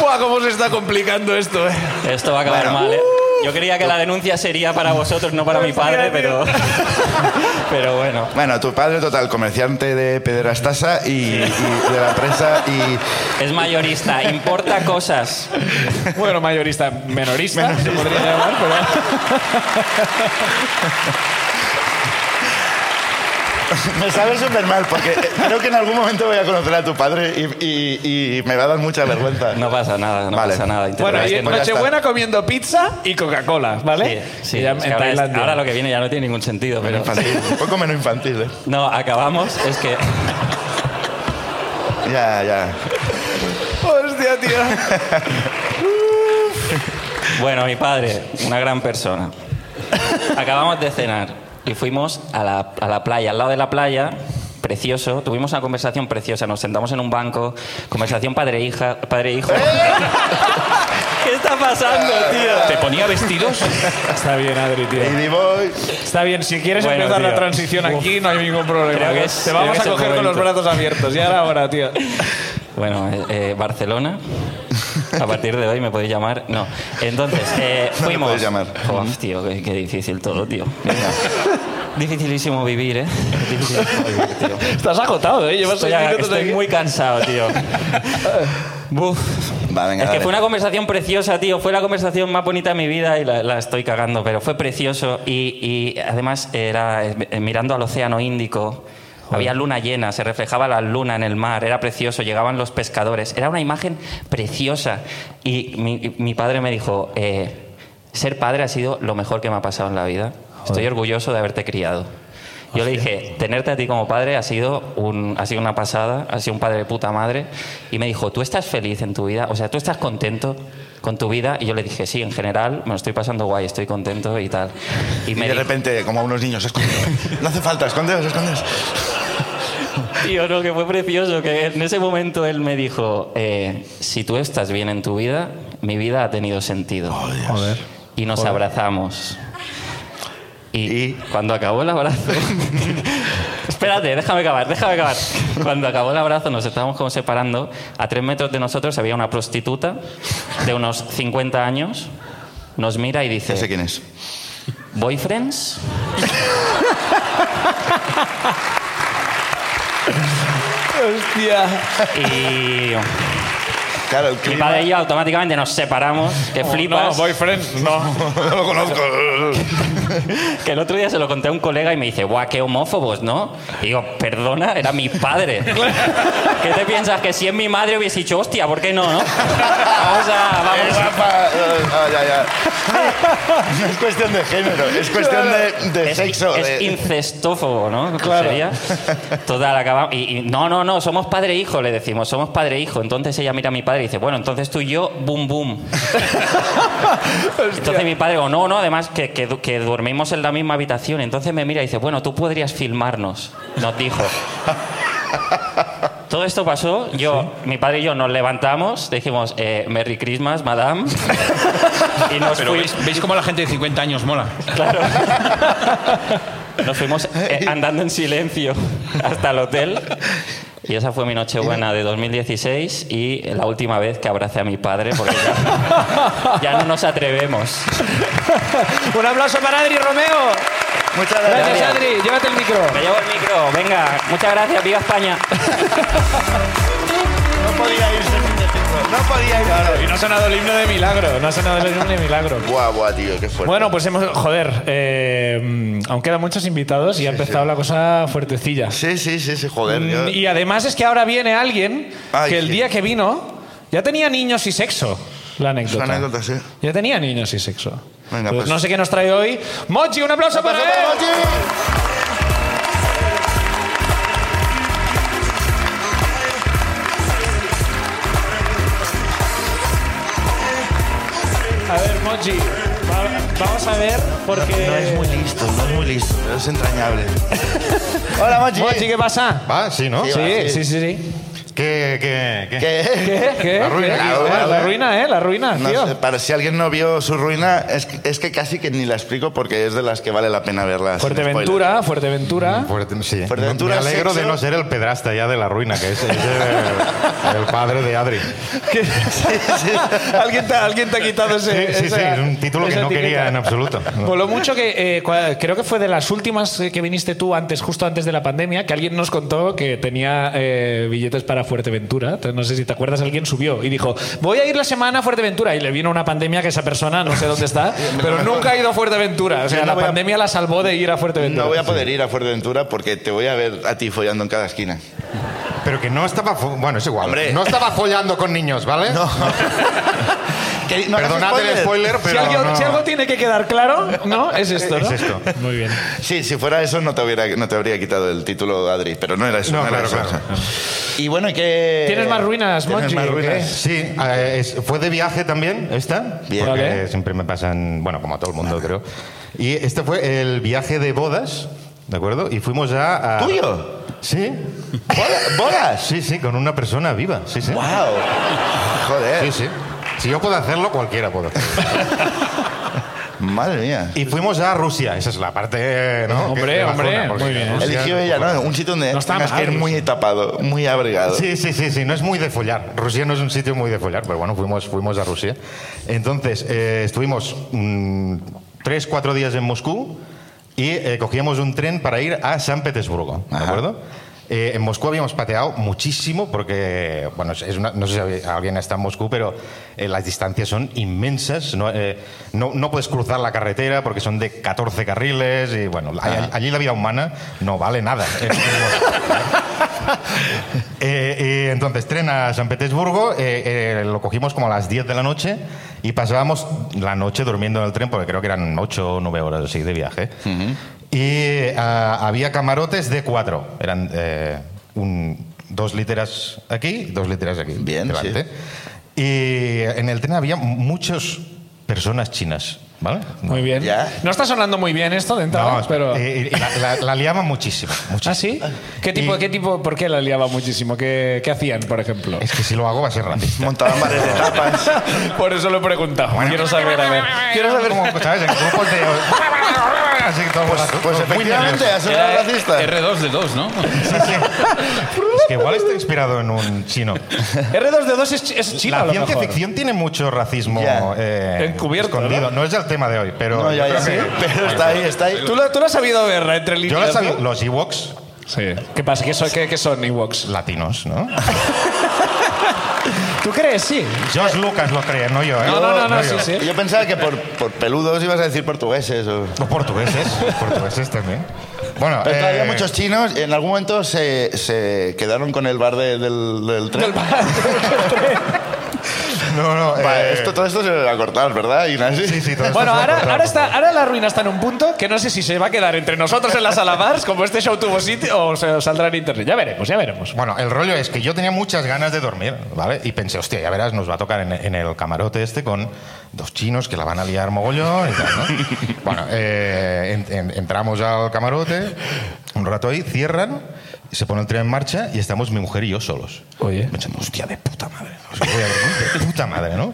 Buah, cómo se está complicando esto, eh. Uh.
esto va a acabar mal, ¿eh? Yo creía que la denuncia sería para vosotros, no para mi padre, pero. Pero bueno.
Bueno, tu padre, total, comerciante de pederastasa y, y de la prensa y.
Es mayorista, importa cosas.
Bueno, mayorista, menorista, se podría llamar, pero...
Me sabe súper mal porque creo que en algún momento voy a conocer a tu padre y, y- y me va a dar mucha vergüenza.
No pasa nada, no
Vale.
pasa nada.
Bueno,
intentaré
Pues
y
que no.
ya está.
Nochebuena comiendo pizza y Coca-Cola, ¿vale?
Sí, sí,
Y ya
es que
en
ahora, es-
Tailandia.
ahora lo que viene ya no tiene ningún sentido,
Menos
pero.
infantil. Un poco menos infantil, ¿eh?
No, acabamos. Es que.
Ya, ya.
Hostia, tío.
Bueno, mi padre, una gran persona. Acabamos de cenar y fuimos a la, a la playa. Al lado de la playa, precioso, tuvimos una conversación preciosa. Nos sentamos en un banco, conversación padre-hija, padre-hijo.
Eh.
¿Qué está pasando, tío?
¿Te ponía vestidos?
Está bien, Adri, tío.
Y voy.
Está bien, si quieres
Bueno,
empezar la
tío.
transición aquí, no hay ningún problema.
Creo que es-
Te vamos
creo
a
que es el
coger con los
momento.
brazos abiertos. Ya era hora, tío.
Bueno, eh, eh, Barcelona. A partir de hoy me podéis llamar. No. Entonces, eh,
No me
fuimos.
podéis llamar.
Joder, tío, qué, qué difícil todo, tío. Dificilísimo vivir, ¿eh? Dificilísimo vivir, tío.
Estás agotado, ¿eh? Llevas
Estoy,
seis
a-
minutos
estoy
aquí.
muy cansado, tío. Buf.
Va, venga,
Es que
dale.
fue una conversación preciosa, tío. Fue la conversación más bonita de mi vida y la, la estoy cagando, pero fue precioso. Y, y además era eh, eh, mirando al océano Índico. Había luna llena, se reflejaba la luna en el mar, era precioso, llegaban los pescadores, era una imagen preciosa. Y mi, y mi padre me dijo, eh, ser padre ha sido lo mejor que me ha pasado en la vida, estoy orgulloso de haberte criado. Yo le dije, tenerte a ti como padre ha sido, un, ha sido una pasada, ha sido un padre de puta madre. Y me dijo, ¿tú estás feliz en tu vida? O sea, ¿tú estás contento con tu vida? Y yo le dije, sí, en general, me lo estoy pasando guay, estoy contento y tal. Y
Y
me
de
dijo,
repente, como a unos niños, escondeos. No hace falta, escondeos, escondeos.
tío, no, que fue precioso, que en ese momento él me dijo, eh, si tú estás bien en tu vida, mi vida ha tenido sentido. Y nos abrazamos. Y,
Y-
cuando acabó el abrazo. Espérate, déjame acabar, déjame acabar. Cuando acabó el abrazo, nos estábamos como separando. A tres metros de nosotros había una prostituta de unos 50 años. Nos mira y
Ya sé
dice:
quién es.
¿Boyfriends?
Hostia.
Y
Claro, el
mi
clima-
padre y yo automáticamente nos separamos. Que
Oh, No,
flipas.
boyfriend, no.
No lo conozco.
Que el otro día se lo conté a un colega y me dice, guau, qué homófobos, ¿no? Y digo, perdona, era mi padre. ¿Qué te piensas? Que si es mi madre hubiese dicho, hostia, ¿por qué no, no? Vamos a...
Eh,
Vamos.
Rafa, eh, ah, ya, ya. No es cuestión de género, es cuestión de, de
es,
sexo.
es
de-
incestófobo, ¿no? Claro. Sería. Total, acabamos. Y, y no, no, no, somos padre e hijo, le decimos, somos padre e hijo. Entonces ella mira a mi padre y dice, bueno, entonces tú y yo, boom, boom. Entonces mi padre, o no, no, además que, que, du- que dormimos en la misma habitación. Entonces me mira y dice, bueno, tú podrías filmarnos, nos dijo. Todo esto pasó, yo, mi padre y yo nos levantamos, dijimos, eh, Merry Christmas, madame. y nos
Pero
fuimos.
¿veis, veis cómo la gente de 50 años mola?
Claro. Nos fuimos eh, andando en silencio hasta el hotel. Y esa fue mi Nochebuena de 2016 y la última vez que abracé a mi padre porque ya, ya no nos atrevemos.
Un aplauso para Adri Romeo.
Muchas
Gracias,
Gracias.
Adri. Llévate el micro.
Me llevo el micro, venga, muchas gracias, viva España.
No podía irse sin decir- No podía ir.
Y no ha sonado el himno de milagro, no ha sonado el himno de milagro.
Guau, guau, tío, qué fuerte.
Bueno, pues hemos. Joder, eh, mm, aún quedan muchos invitados y ha empezado la cosa fuertecilla.
Sí, sí, sí, sí, joder. yo-
Mm, Y además es que ahora viene alguien
Ay,
que el
sí.
día que vino ya tenía niños y sexo. La
Es
anécdota.
una anécdota, sí.
Ya tenía niños y sexo.
Venga,
Pues
pues.
No sé qué nos trae hoy. Mochi, un aplauso para él. A ver, Mochi, va- vamos a ver porque...
No es muy listo, no es muy listo, pero es entrañable. Hola, Mochi.
Mochi, ¿qué pasa?
Va, sí, ¿no?
Sí, va.
Sí, sí, sí, sí.
¿Qué, qué, qué?
¿Qué?
¿Qué? ¿Qué?
La ruina,
¿Qué?
la
Bueno,
ruina,
la
¿eh?
ruina, ¿eh? La ruina,
No
tío.
sé, para si alguien no vio su ruina, es, es que casi que ni la explico porque es de las que vale la pena verla. sin spoiler.
Fuerteventura, Fuerteventura.
Fuerte- sí.
Fuerteventura,
Me alegro de
sexo.
no ser el pedrasta ya de la ruina, que es, es el, el padre de Adri.
¿Alguien, te, alguien te ha quitado
Sí,
ese.
sí,
esa-
sí, es un título que
esa
no
etiqueta?
quería en absoluto.
Por lo mucho que eh, cua- creo que fue de las últimas eh, que viniste tú antes, justo antes de la pandemia, que alguien nos contó que tenía eh, billetes para Fuerteventura. Te- No sé si te acuerdas, alguien subió y dijo: Voy a ir la semana a Fuerteventura. Y le vino una pandemia que esa persona, no sé dónde está, pero nunca ha ido a Fuerteventura. O sea,
Yo no
la
voy a-
pandemia la salvó de ir a Fuerteventura.
No voy a poder ir a Fuerteventura porque te voy a ver a ti follando en cada esquina.
Pero que no estaba... fo- Bueno, es igual.
Hombre.
No estaba follando con niños, ¿vale? No.
Que- no hagas
Perdonad el spoiler,
si,
pero
algo,
no.
si algo tiene que quedar claro, ¿no? Es esto, ¿no?
Es esto.
Muy bien.
Sí, si fuera eso no te, hubiera, no te habría quitado el título, Adri, pero no era eso.
No,
era
claro,
eso.
claro.
Y bueno, ¿y ¿qué...?
Eh, ¿Tienes
Eh,
más ruinas,
¿Tienes
Monchi,
más
o qué?
ruinas?
Sí, eh, es- fue de viaje también esta.
Bien.
porque
Vale.
siempre me pasan, bueno, como a todo el mundo creo. Y este fue el viaje de bodas, ¿de acuerdo? Y fuimos ya a...
¿Tuyo?
Sí,
¿Bola- ¿Bolas?
sí, sí, con una persona viva, sí, sí.
¡Wow! Joder,
Sí, sí. Si yo puedo hacerlo, cualquiera puede hacerlo.
madre mía.
Y fuimos ya a Rusia, esa es la parte, ¿no?
Hombre,
Que- de bajona,
hombre,
porque
muy bien.
Rusia-
Eligió ella, ¿no? Un sitio donde
No está
tengas
mal,
que ir muy tapado, muy abrigado.
Sí, sí, sí, sí, no es muy de follar. Rusia no es un sitio muy de follar, pero bueno, fuimos, fuimos a Rusia. Entonces, eh, estuvimos mm, tres, cuatro días en Moscú y eh, cogíamos un tren para ir a San Petersburgo, ¿de
Ajá.
acuerdo? Eh, en Moscú habíamos pateado muchísimo porque, bueno, es- es una- no sé si había- alguien está en Moscú, pero eh, las distancias son inmensas. No, Eh, no, no puedes cruzar la carretera porque son de 14 carriles y, bueno, allí, allí la vida humana no vale nada. Eh, eh, entonces, tren a San Petersburgo, eh, eh, lo cogimos como a las 10 de la noche y pasábamos la noche durmiendo en el tren porque creo que eran 8 o 9 horas así de viaje. Y eh, ah, había camarotes de 4. Eran eh, un- dos literas aquí, dos literas aquí.
Bien,
delante. Y en el tren había muchas personas chinas, ¿vale?
Muy bien.
Ya.
No está sonando muy bien esto de entrada,
No,
pero.
eh, eh, la, la- la liaban muchísimo, muchísimo.
¿Ah, sí? ¿Qué tipo,
Y-
qué tipo, por qué la liaba muchísimo? ¿Qué, qué hacían, por ejemplo?
Es que si lo hago va a ser racista.
Montaban bares de tapas.
por eso lo he preguntado. Quiero saber, a ver.
Quiero saber cómo, ¿sabes? En grupos de... Así que todo el rato,
Pues
todo muy
efectivamente,
nervioso.
ha sonado racista.
R2 de 2, ¿no?
Sí, sí. Es que igual está inspirado en un chino.
R2D2 es, chi- es chino, a
La
lo
ciencia
mejor.
ficción tiene mucho racismo
Ya.
eh,
Encubierto,
escondido. ¿no? es el tema de hoy, pero...
No, ya,
yo
ya.
creo que-
Pero está ahí, está ahí.
¿Tú lo, tú lo has sabido ver eh, entre líneas?
Yo lo sabía.
¿no?
Los Ewoks
Sí. ¿Qué pasa? ¿Qué son, qué, qué son Ewoks?
latinos, ¿no?
¿Tú crees? Sí.
George Lucas lo cree, no yo, ¿eh?
No, no, no, no, sí,
yo.
sí.
Yo pensaba que por, por peludos ibas a decir portugueses. O...
Los portugueses, los portugueses también. Bueno,
Pero todavía
eh,
muchos chinos en algún momento se, se quedaron con el bar de- del, del tren.
No, no, eh,
Va, esto, todo esto se va a cortar, ¿verdad, Ignacio?
Sí, sí, todo esto
Bueno,
se va a
ahora,
cortar.
ahora, está, ahora la ruina está en un punto que no sé si se va a quedar entre nosotros en las alabars, como este show tuvo sitio, o se saldrá en internet. Ya veremos, ya veremos.
Bueno, el rollo es que yo tenía muchas ganas de dormir, ¿vale? Y pensé, hostia, ya verás, nos va a tocar en, en el camarote este con dos chinos que la van a liar mogollón y tal, ¿no? bueno, eh, en- en- entramos al camarote, un rato ahí, cierran, y se pone el tren en marcha y estamos mi mujer y yo solos.
Oye.
Pensamos, hostia, de puta madre. nos voy a dormir, de puta madre, ¿no?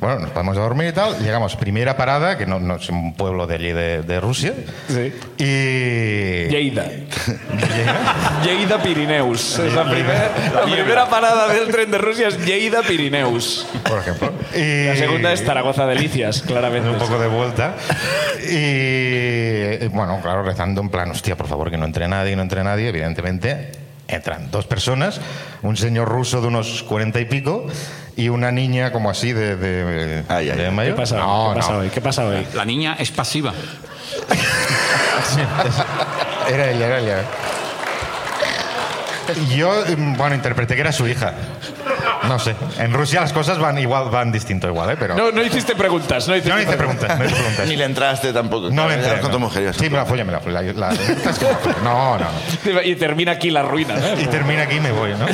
Bueno, nos vamos a dormir y tal. Llegamos, primera parada, que no, no es un pueblo de allí de, de Rusia.
Sí.
Y...
Lleida. Lleida Pirineus. Es la, primer- la primera parada del tren de Rusia es Lleida Pirineus.
Por ejemplo. Y...
La segunda es Zaragoza Delicias, claramente.
un poco de vuelta. Y bueno, claro, rezando en plan, hostia, por favor, que no entre nadie, que no entre nadie. Evidentemente, entran dos personas, un señor ruso de unos cuarenta y pico y una niña como así de, de,
Ay, ay,
de
ay.
mayor.
¿Qué pasa,
No,
¿Qué pasa
no.
hoy? ¿Qué pasa hoy?
La niña es pasiva.
Era ella, era ella. Yo, mm, bueno, interpreté que era su hija. No sé. En Rusia las cosas van igual, van distinto igual, ¿eh? Pero
No, no hiciste preguntas. No hiciste
no hice
preguntas.
preguntas, no hice preguntas.
Ni le entraste tampoco.
No le entré,
Con tu
no.
mujer.
Sí, me la follé, me la follé. La- la- es que me la follé. No, no.
Y termina aquí la ruina. ¿no?
Y termina aquí y me voy, ¿no?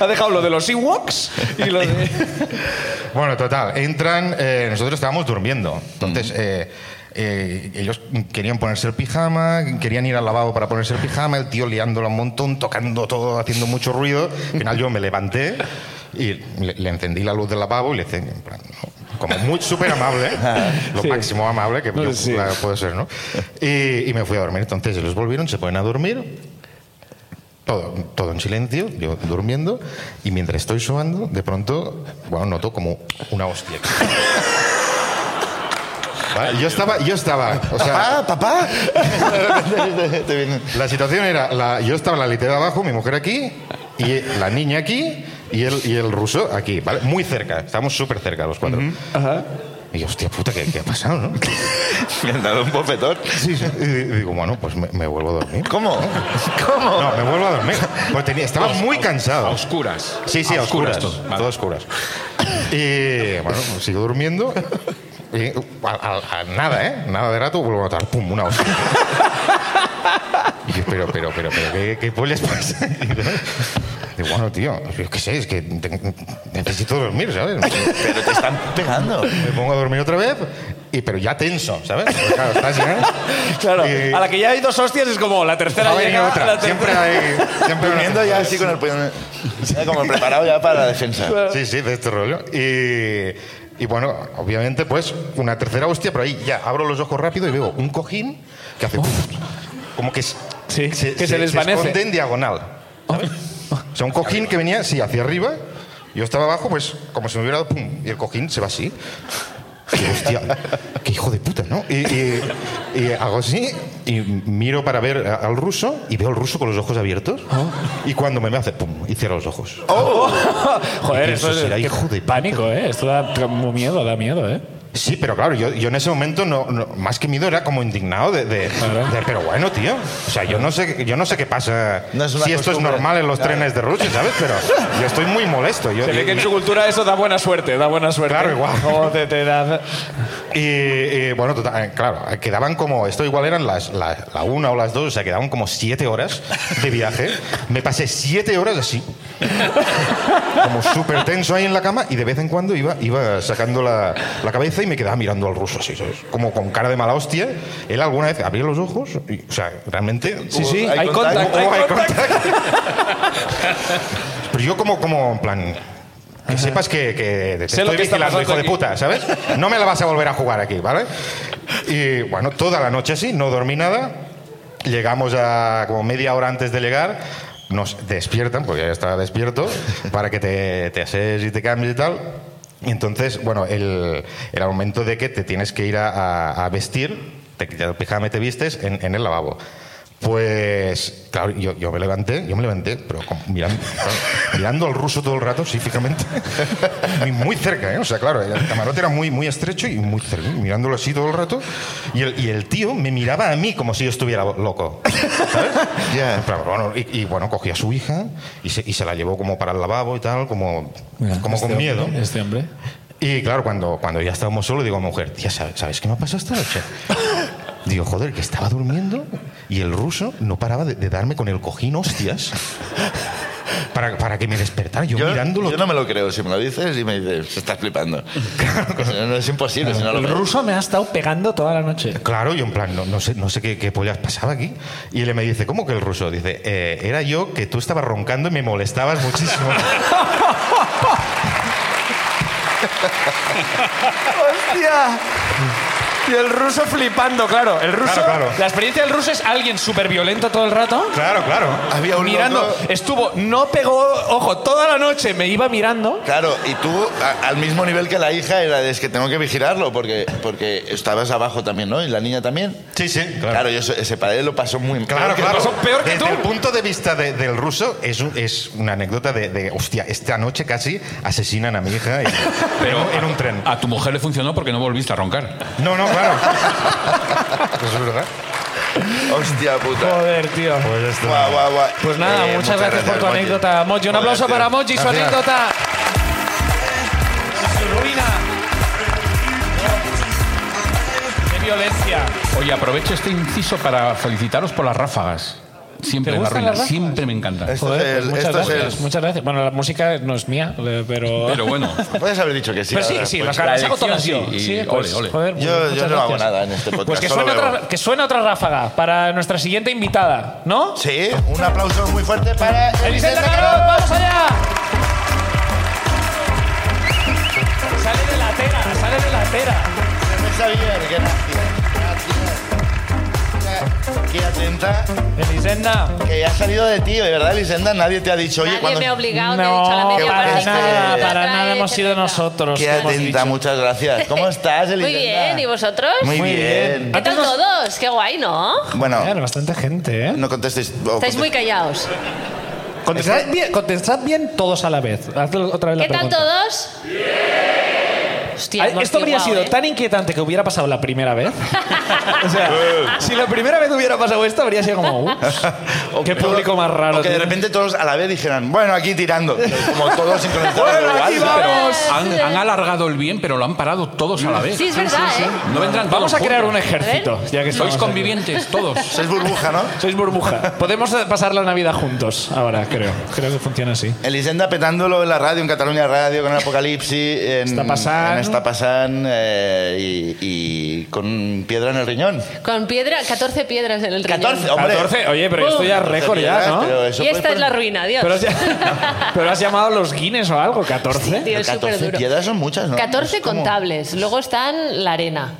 ha dejado lo de los Ewoks y lo de...
Bueno, total, entran, eh, nosotros estábamos durmiendo. Entonces,
Mm.
eh, eh, ellos querían ponerse el pijama, querían ir al lavabo para ponerse el pijama, el tío liándola un montón, tocando todo, haciendo mucho ruido. Al final yo me levanté y le, le encendí la luz del lavabo y le hice, en plan, no, como muy súper amable, lo máximo amable que yo
sí.
la- puedo ser, ¿no? Y, y me fui a dormir. Entonces, ellos volvieron, se ponen a dormir. Todo, todo en silencio, yo durmiendo, y mientras estoy sobando, de pronto, bueno, noto como una hostia. Vale, Yo estaba, yo estaba, o sea,
Ah, papá. Te viene-
la situación era, la- yo estaba en la litera de abajo, mi mujer aquí, y la niña aquí, y el, y el ruso aquí, ¿vale? Muy cerca, estábamos súper cerca los cuatro. Y yo, hostia puta, ¿qué, qué ha pasado, no?
Me han dado un bofetón.
Sí, sí. Y digo, bueno, pues me, me vuelvo a dormir.
¿Cómo? ¿Cómo?
No, me vuelvo a dormir. Pues tenía- estaba muy
A
cansado.
oscuras.
Sí, sí, a oscuras.
todo. Vale.
Todo a oscuras. Y bueno, pues sigo durmiendo. Y uh, a, a- a nada, ¿eh? Nada de rato, vuelvo a notar, ¡pum! Una hostia. Y yo, pero, pero, pero, pero, ¿qué, qué pollas pasa? Y digo, bueno, tío, yo qué sé, es que te- necesito dormir, ¿sabes?
Pero te están pegando.
Me pongo a dormir otra vez, y, pero ya tenso, ¿sabes? Porque, claro, estás ya.
Claro,
Y-
a la que ya hay dos hostias es como la tercera
ha venido
llega, la
otra.
tercera-
Siempre hay. Siempre hay una
Durmiendo ya así con el puño. Ya como preparado ya para la defensa.
Sí, sí, de este rollo. Y, y bueno, obviamente, pues una tercera hostia, pero ahí ya abro los ojos rápido y veo un cojín que hace. como que, s-
Sí, que se desvanece. Oh.
esconde en diagonal. ¿sabes? O sea, un cojín que venía, sí, hacia arriba. Yo estaba abajo, pues como si me hubiera dado pum, y el cojín se va así. Y, hostia, qué hijo de puta, ¿no? Y, y- y hago así y miro para ver a- al ruso y veo al ruso con los ojos abiertos.
Oh.
Y cuando me ve hace pum y cierra los ojos.
Joder,
Oh. Eso
esto es
será
qué
hijo de puta.
pánico, ¿eh? Esto da como miedo, da miedo, ¿eh?
Sí, pero claro, yo, yo en ese momento, no, no- más que miedo, era como indignado de, de- de, Pero bueno, tío. O sea, yo no sé, yo no sé qué pasa
No es una
si esto es
costumbre.
normal en los trenes de Rusia, ¿sabes? Pero yo estoy muy molesto. Yo,
Se ve que en su cultura eso da buena suerte, da buena suerte.
Claro, igual.
Como te, te da-
y, y, bueno, total, eh, claro, quedaban como. Esto igual eran las, la, la una o las dos, o sea, quedaban como siete horas de viaje. Me pasé siete horas así. Como súper tenso ahí en la cama y de vez en cuando iba, iba sacando la, la cabeza y me quedaba mirando al ruso así, ¿sabes? Como con cara de mala hostia. Él alguna vez abría los ojos y, o sea, realmente.
Sí, sí,
Hay
hay
contacto.
contacto.
Oh,
hay
hay
contacto.
Pero yo como, como en plan... Que sepas que, que te
Sé lo
estoy
que está
vigilando,
pasando
hijo de
aquí.
puta, ¿sabes? No me la vas a volver a jugar aquí, ¿vale? Y bueno, toda la noche así, no dormí nada. Llegamos a como media hora antes de llegar. Nos despiertan, porque ya estaba despierto, para que te, te ases y te cambies y tal. Y entonces, bueno, el, el momento de que te tienes que ir a, a- a vestir, te quitas el pijama y te vistes en, en el lavabo. Pues, claro, yo, yo me levanté, yo me levanté, pero como mirando, claro, mirando al ruso todo el rato, sí, fijamente. Y muy cerca, ¿eh? O sea, claro, el camarote era muy, muy estrecho y muy cerca, ¿eh? mirándolo así todo el rato. Y el, y el tío me miraba a mí como si yo estuviera loco.
Ya.
En plan, bueno, y, y, bueno, cogí a su hija y se, y se la llevó como para el lavabo y tal, como, como con miedo.
Este hombre.
Y claro, cuando, cuando ya estábamos solos, digo, mujer, tía, ¿sabes, ¿sabes qué me ha pasado esta noche? Digo, joder, que estaba durmiendo y el ruso no paraba de, de darme con el cojín hostias para, para que me despertara. Yo,
Yo,
mirándolo.
yo no me lo creo. Si me lo dices y me dices, estás flipando. No, no, es imposible. Si no lo
El
creo.
ruso me ha estado pegando toda la noche.
Claro, yo en plan, no, no sé, no sé qué, qué pollas pasaba aquí. Y él me dice, ¿cómo que el ruso? Dice, "Eh, era yo que tú estabas roncando y me molestabas muchísimo.
¡Hostia! Y el ruso flipando, claro. El ruso.
Claro, claro.
La experiencia del ruso es alguien súper violento todo el rato.
Claro, claro.
Había un
mirando.
loco-
Estuvo, no pegó, ojo, toda la noche me iba mirando.
Claro, y tú a- al mismo nivel que la hija era de es que tengo que vigilarlo porque, porque estabas abajo también, ¿no? Y la niña también.
Sí, sí,
Claro, yo eso- ese padre lo pasó muy mal.
Claro, claro.
pasó peor que
Desde
tú.
el punto de vista de- del ruso, es, un- es una anécdota de, de, hostia, esta noche casi asesinan a mi hija y-
Pero
en un tren.
A tu mujer le funcionó porque no volviste a roncar.
No, no, claro. Pues es verdad.
Hostia puta.
Joder, tío.
Pues esto.
Guau, guau, guau.
Pues nada,
Eh,
muchas, gracias, por tu
Mochi.
anécdota, Moji. Un
Joder,
aplauso
tío.
para Moji y su
Gracias.
anécdota. Su ruina. Qué violencia.
Oye, aprovecho este inciso para felicitaros por las ráfagas. Siempre
¿Te
la
gustan
ruina,
las ráfagas?
siempre me encanta.
Esto
Joder,
es
pues
el-
muchas
esto es
gracias.
el-
Muchas gracias. Bueno, la música no es mía, eh, pero.
Pero bueno,
Puedes haber dicho que sí.
Pero sí,
ahora,
sí,
pues.
las las hago
elección
todas yo.
sí, y
Sí,
ole,
pues,
ole.
joder, pues,
Yo- yo
muchas
no hago
gracias.
nada en este podcast,
Pues que
solo
suene,
veo.
otra, que suene otra ráfaga para nuestra siguiente invitada, ¿no?
Sí, un aplauso muy fuerte para
¡Elisenda
Elisenda
Carón,
Carón.
vamos allá! Sale de la tela, sale de la tela.
Xavier, gracias. Gracias. Qué atenta.
Elisenda.
Que ya has salido de ti, de verdad, Elisenda. Nadie te ha dicho, oye,
Nadie
cuando.
me ha obligado, te he dicho a la media
qué
hora,
para
parece-
digo,
nada,
"Venga,
para
trae,
nada hemos sido
etcétera".
nosotros.
Qué
que hemos
atenta,
dicho.
muchas gracias. ¿Cómo estás, Elisenda?
Muy bien, ¿y vosotros?
Muy
Muy
bien. Oh,
bien.
¿Qué tal
Antes nos-
todos? Qué guay, ¿no?
Claro,
Bueno,
bastante gente, ¿eh?
no contestéis. o
Estáis
contest-
muy callados.
Contestad bien, contestad bien todos a la vez. Haz otra vez la
¿Qué tal
pregunta.
todos? Hostia,
Ay, Esto habría
amortiguado,
sido
¿eh?
tan inquietante que hubiera pasado la primera vez. o sea,
Eh.
si la primera vez hubiera pasado esto, habría sido como. "Ups".
O
Qué
peor,
público más raro,
O que de
tío.
repente todos a la vez dijeran, bueno, aquí tirando. Como todos sincronizados.
Bueno, aquí
Igual,
vamos.
han, han alargado el bien, pero lo han parado todos a la vez.
Sí, es verdad, ¿eh?
No vendrán todos
Vamos a crear un
juntos.
ejército. Ya que estamos
Sois
aquí.
convivientes todos.
Sois burbuja, ¿no?
Sois burbuja. Podemos pasar la Navidad juntos ahora, creo. Creo que funciona así.
Elisenda petándolo en la radio, en Cataluña Radio, con el Apocalipsis. En,
Está passant.
En Está Pasan y, y con piedra en el riñón.
Con piedra, 14 piedras en el riñón.
14, hombre.
14, oye, pero esto
Boom.
ya es récord ya, ¿no?
Pero eso
Y
puede
esta es
poner-
la ruina, Dios.
Pero, ya- pero has llamado a los Guinness o algo, 14.
Tío, es
14
súper duro.
piedras son muchas, ¿no?
14
Es como-
contables, luego están la arena.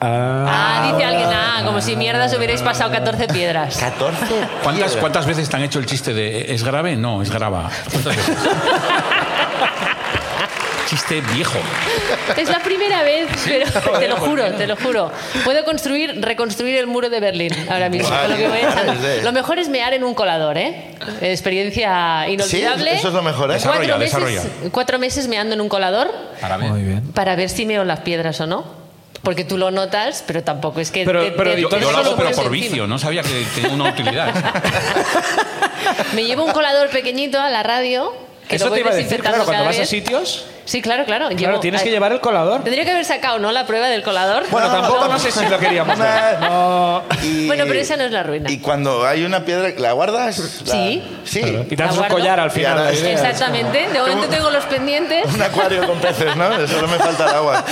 Ah,
Ah, dice alguien, ah, como si mierdas hubierais pasado 14 piedras.
14.
¿Cuántas,
piedras.
¿Cuántas veces te han hecho el chiste de es grave? No, es grava. ¿Cuántas veces? chiste viejo.
Es la primera vez, pero te lo juro, te lo juro. Puedo construir, reconstruir el muro de Berlín ahora mismo.
Guay,
con lo, que voy echando.
sí.
Lo mejor es mear en un colador, ¿eh? Experiencia inolvidable.
Sí, eso es lo mejor, ¿eh?
Cuatro
Desarrolla,
meses,
desarrolla.
cuatro meses meando en un colador
Ahora bien.
para ver si meo las piedras o no. Porque tú lo notas, pero tampoco es que.
Pero- pero
Yo,
Entonces
yo
solo
lo hago, pero
pones
por
encima.
vicio. No sabía que tenía una utilidad.
Me llevo un colador pequeñito a la radio. Que
eso
lo voy
te iba a decir,
desinfectando
claro, cuando
cada
vas a
vez.
sitios,
Sí, claro, claro.
claro,
¿eh? llevo-
tienes
ay,
que llevar el colador.
Tendría que haber sacado, ¿no? La prueba del colador.
Bueno,
No,
tampoco
no.
no sé si lo queríamos. ver. No.
Y-
Bueno, pero esa no es la ruina.
Y cuando hay una piedra, ¿la guardas? La-
Sí.
Sí.
Y te haces un
Aguardo.
collar al
Y ahora
final. ¿eh?
es-
Exactamente. De momento tengo los pendientes.
Un acuario con peces, ¿no? Solo me falta el agua.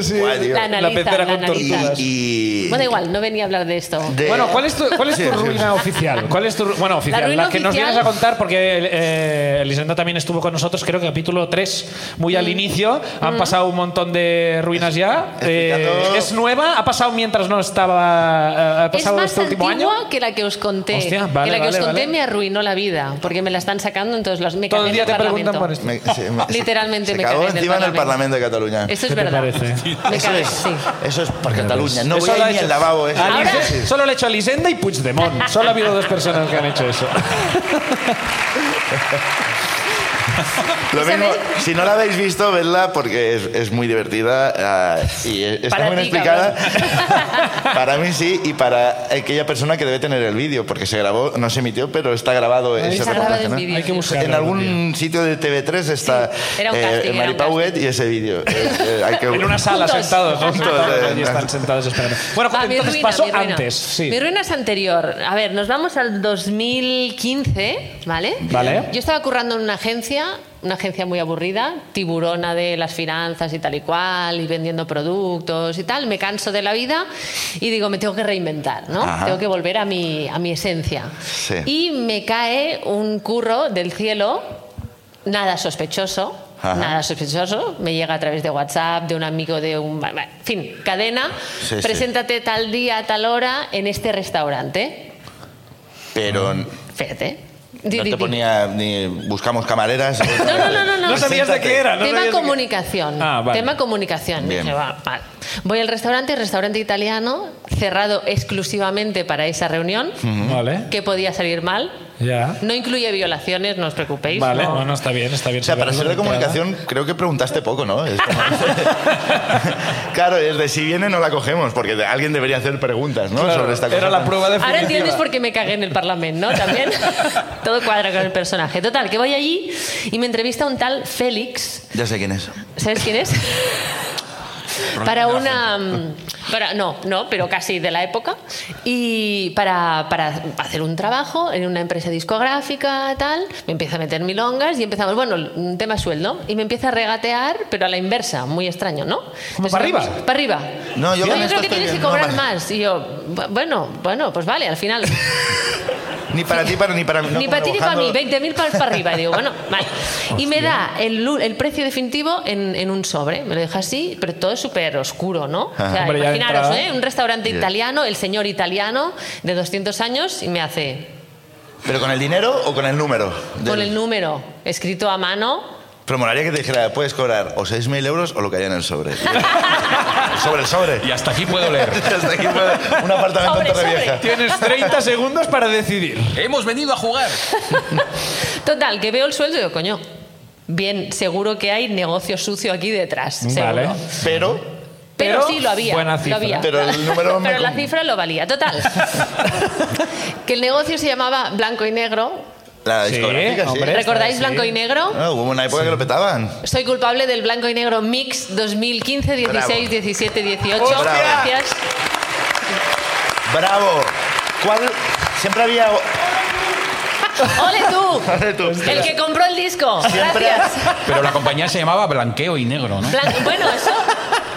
Sí.
Guay, tío.
La
La
analiza, la
pecera con
analiza.
tortugas.
Y.
Bueno, igual, no venía a hablar de esto.
de-
Bueno, ¿cuál es tu, cuál es tu
Sí, sí,
ruina oficial? ¿Cuál es tu, ru- bueno, oficial,
La
la,
ruina
que nos
oficial-
vienes a contar, porque eh, Elisenda también estuvo con nosotros, creo que capítulo 3, muy
Mm.
al inicio. Han pasado un montón de ruinas ya.
Explicando-
Eh, es nueva, ha pasado mientras no estaba. eh, ha
Es
pasado
más
este último
antigua
año.
que la que os conté.
Hostia,
que
vale,
la que
vale,
os conté
vale.
me arruinó la vida, porque me la están sacando, entonces los, me
Todo
cagué
el
en
día te
Parlamento.
preguntan por esto.
Me- se- me-
Literalmente
se
me
cagó
cagué en el
encima en el
Parlamento.
Parlamento de Cataluña.
Esto es
¿Qué te
verdad.
parece?
Me
Eso
cagué,
es,
sí.
eso es por Cataluña. No
Eso
voy
lo ha
a ir ni
hecho-
al lavabo. eso.
Ahora-
Sí, sí.
Solo lo ha hecho Elisenda y Puigdemont. Solo ha habido dos personas que han hecho eso.
Lo
¿Sabéis?
mismo, si no la habéis visto, vedla porque es, es muy divertida ah, y es- está
Para
muy bien
ti,
explicada. para mí sí y para aquella persona que debe tener el vídeo porque se grabó, no se emitió, pero está grabado ese
está
reportaje.
grabado en
¿no?
vídeo.
Hay que buscarlo.
En algún sitio de TV3 está
Sí, era un casting,
Mari
era un
Pauet y ese vídeo. Eh, eh, hay que-
En una sala
Juntos.
sentados. ¿no?
Juntos,
Sentados,
eh,
allí están sentados esperando. Bueno,
Va, Ah, mi
entonces
ruina,
pasó
mi ruina.
antes. Sí.
Mi ruina es anterior. A ver, nos vamos al 2015, ¿vale?
Vale.
Yo estaba currando en una agencia, una agencia muy aburrida, tiburona de las finanzas y tal y cual, y vendiendo productos y tal. Me canso de la vida y digo, me tengo que reinventar, ¿no?
Ajá.
Tengo que volver a mi, a mi esencia.
Sí.
Y me cae un curro del cielo, nada sospechoso,
Ajá.
nada sospechoso, me llega a través de WhatsApp, de un amigo, de un... En fin, cadena,
Sí, sí.
preséntate tal día, tal hora en este restaurante.
Pero no
Fíjate. Di, di, di.
te ponía ni buscamos camareras.
No, no, no, no, no. tema
sabías de qué-
comunicación.
Ah, vale.
Tema comunicación.
Bien.
Dije, va, vale. Voy al restaurante, restaurante italiano, cerrado exclusivamente para esa reunión.
Mm.
Vale.
¿Qué podía salir mal?
Ya.
No incluye violaciones, no os preocupéis.
Vale,
no.
bueno, está bien, está bien.
O sea, para ser de comunicación creo que preguntaste poco, ¿no? Es como- claro, es de si viene no la cogemos, porque de- alguien debería hacer preguntas, ¿no? Sobre esta cosa. tan-
Ahora entiendes por qué me cagué en el Parlamento, ¿no? También todo cuadra con el personaje. Total, que voy allí y me entrevista un tal Félix.
Ya sé quién es.
¿Sabes quién es? para una... mm, para- no, no, pero casi de la época. Y para, para hacer un trabajo en una empresa discográfica, tal, me empieza a meter milongas y empezamos, bueno, un tema sueldo, y me empieza a regatear, pero a la inversa, muy extraño, ¿no? Entonces,
para arriba?
vamos, Para arriba.
No, yo con
creo
esto
que
estoy
tienes
bien,
que cobrar
no, vale.
más. Y yo, bu- bueno, bueno, pues vale, al final.
Ni para ti, para, ni para mí. no,
ni para ti ni para mí,
trabajando-
20.000 para, para arriba. Y digo, bueno, vale. Y me da el, lu- el precio definitivo en, en un sobre. Me lo deja así, pero todo es súper oscuro, ¿no? O sea,
Ajá. Hombre, ya de
imaginaros,
entrada.
¿eh? Un restaurante
Ya.
italiano, el señor italiano de 200 años y me hace
¿Pero con el dinero o con el número? del-
con el número escrito a mano.
Pero molaría que te dijera, puedes cobrar o 6.000 euros o lo que haya en el sobre. El sobre, el sobre.
Y hasta aquí puedo leer.
Hasta aquí puedo- un apartamento en Torrevieja.
Tienes 30 segundos para decidir.
Hemos venido a jugar.
Total, que veo el sueldo y digo, coño, bien, seguro que hay negocio sucio aquí detrás.
Vale.
seguro.
Pero.
Pero,
Pero
sí, lo había.
buena
lo
cifra.
había.
Pero el número me
Pero la
con-
cifra lo valía. Total. que el negocio se llamaba Blanco y Negro.
La discográfica, sí.
hombre,
¿Recordáis Blanco y Negro?
Ah, hubo una época que lo petaban.
Soy culpable del Blanco y Negro Mix 2015, 16,
Bravo.
17, 18.
Bravo.
Gracias.
¡Bravo! ¿Cuál? Siempre había...
¡Ole tú!
Ole tú.
El que compró el disco.
Siempre-
Gracias.
Pero la compañía se llamaba Blanqueo y Negro, ¿no?
Blan- Bueno, eso.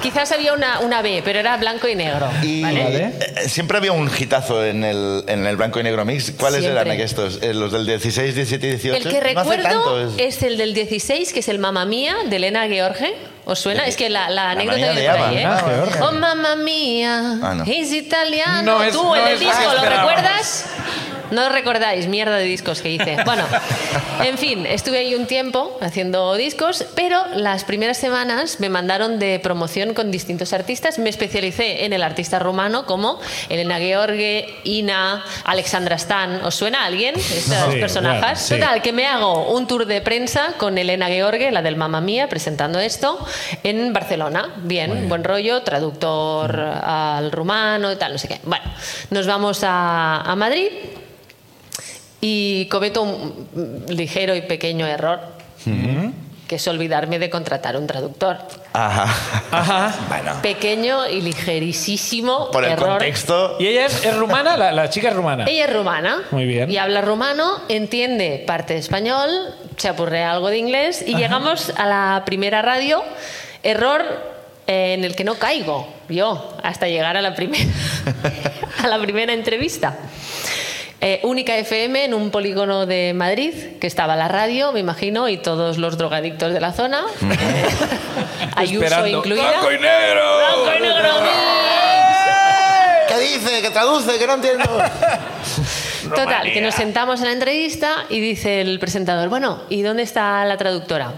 Quizás había una, una B, pero era blanco y negro.
Y, eh, Siempre había un hitazo en el, en el blanco y negro mix. ¿Cuáles
Siempre.
eran estos? Eh, los del 16, 17 y 18.
El que
No hace
recuerdo
tanto, es-
es el del 16, que es el Mamma Mía de Elena George. ¿Os suena? Es que la, la anécdota
Mía
viene
de
por ahí, ¿eh?
Ava, ¿no? George.
Oh, Mamma Mía,
Ah, no.
es italiano.
No es-
Tú,
no
el del
es-
disco,
ah,
¿lo
esperábamos.
recuerdas? No lo recordáis, mierda de discos que hice. Bueno, en fin, estuve ahí un tiempo haciendo discos, pero las primeras semanas me mandaron de promoción con distintos artistas. Me especialicé en el artista rumano como Elena George, Ina, Alexandra Stan. ¿Os suena a alguien? Estas
Sí,
personajes.
bueno, sí.
Total, que me hago un tour de prensa con Elena George, la del Mamma Mía, presentando esto en Barcelona. Bien, buen rollo, traductor al rumano y tal, no sé qué. Bueno, nos vamos a, a Madrid y cometo un mm, ligero y pequeño error, que es olvidarme de contratar un traductor.
Ajá.
Ah.
Ajá. Bueno.
Pequeño y ligerísimo
Por el
error.
Contexto.
¿Y ella es, es rumana? La, la chica es rumana.
Ella es rumana.
Muy bien.
Y habla rumano, entiende parte de español, se apurrea algo de inglés y
Ajá.
llegamos a la primera radio. Error eh, en el que no caigo yo hasta llegar a la primera, a la primera entrevista. Eh, Única FM en un polígono de Madrid, que estaba la radio, me imagino, y todos los drogadictos de la zona. Ayuso
Esperando.
incluida.
¡Blanco y
negro! ¡Blanco y negro!
¿Qué dice? ¿Qué traduce? Que no entiendo.
Total, que nos sentamos en la entrevista y dice el presentador, bueno, ¿y dónde está la traductora?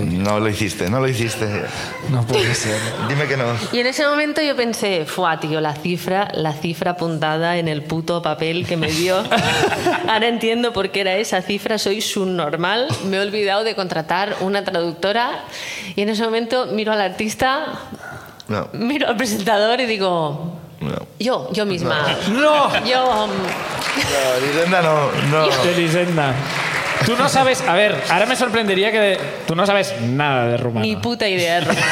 No lo hiciste, no lo hiciste. No puede ser. Dime que no.
Y en ese momento yo pensé, fuá, tío, la cifra, la cifra apuntada en el puto papel que me dio. Ahora entiendo por qué era esa cifra, soy subnormal, me he olvidado de contratar una traductora. Y en ese momento miro al artista,
No.
miro al presentador y digo,
No.
yo, yo misma.
¡No!
Yo... mm,
No, Lisenda no. no.
De Lisenda. Tú no sabes, a ver, ahora me sorprendería que de- tú no sabes nada de rumano.
Ni puta idea de rumano.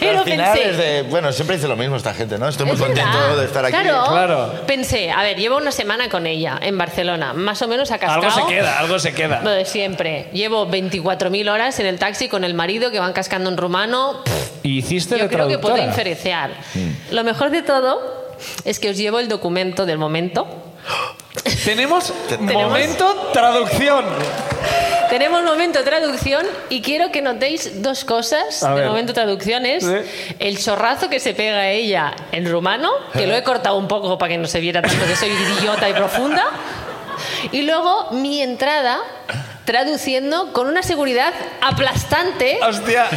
Pero
Al final
pensé.
es de, bueno, siempre dice lo mismo esta gente, ¿no? Estoy muy
Es
contento
verdad.
de estar aquí.
Claro, Pensé, a ver, llevo una semana con ella en Barcelona, más o menos a cascado.
Algo se queda, algo se
Lo
queda.
de siempre. Llevo 24.000 horas en el taxi con el marido que van cascando un rumano. Pff,
¿Y hiciste
yo
de
creo que puedo
traductora?
inferenciar.
Mm.
Lo mejor de todo es que os llevo el documento del momento.
Tenemos
Tenemos-
momento traducción.
Tenemos momento traducción y quiero que notéis dos cosas
A
de
ver. Eh.
momento traducción. Es
Sí.
el chorrazo que se pega ella en rumano,
Eh.
que lo he cortado un poco para que no se viera tanto que soy idiota y profunda. Y luego mi entrada traduciendo con una seguridad aplastante,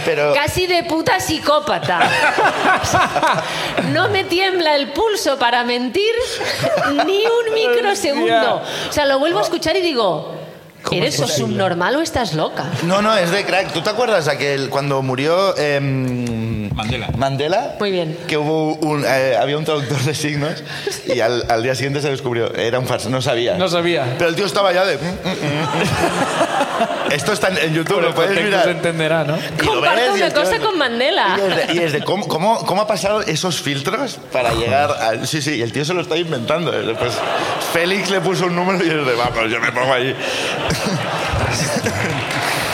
pero-
casi de puta psicópata. No me tiembla el pulso para mentir ni un microsegundo. O sea, lo
Oh.
vuelvo a escuchar y digo, ¿eres o subnormal o estás loca?
No, no, es de crack. ¿Tú te acuerdas aquel cuando murió Mandela? Mandela.
Muy bien.
Que hubo un, eh, había un traductor de signos y al, al día siguiente se descubrió. Era un farsa, no sabía.
No sabía.
Pero el tío estaba ya de... mm, mm, mm. Esto está en, en YouTube, lo puedes
contexto Pues
mirar.
se entenderá, ¿no?
Y lo ves
Comparto
y
una
el tío-
cosa con Mandela.
Y es de, y es de, ¿cómo, cómo, cómo ha pasado esos filtros para llegar al...? Sí, sí, y el tío se lo está inventando. Y después Félix le puso un número y es de, vamos, yo me pongo ahí.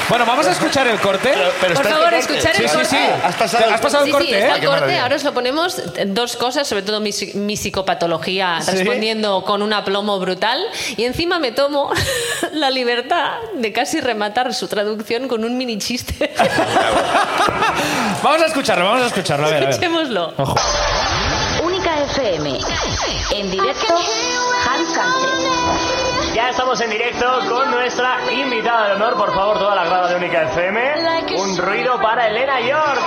Bueno, vamos a escuchar el corte.
Por favor, escuchar el
Sí,
corte.
Sí, sí,
Has pasado el- Ah,
Has pasado el
Sí,
corte,
sí, está
¿eh?
el corte. Ahora os lo ponemos eh, dos cosas, sobre todo mi, psi- mi psicopatología,
¿Sí?
respondiendo con un aplomo brutal. Y encima me tomo la libertad de casi rematar su traducción con un mini chiste.
Vamos a escucharlo, vamos a escucharlo. A ver, a ver.
Escuchémoslo.
Ojo.
Única FM. En directo, Javi Sánchez.
Ya estamos en directo con nuestra invitada de honor, por favor, toda la grada de Única FM. Un ruido para Elena York.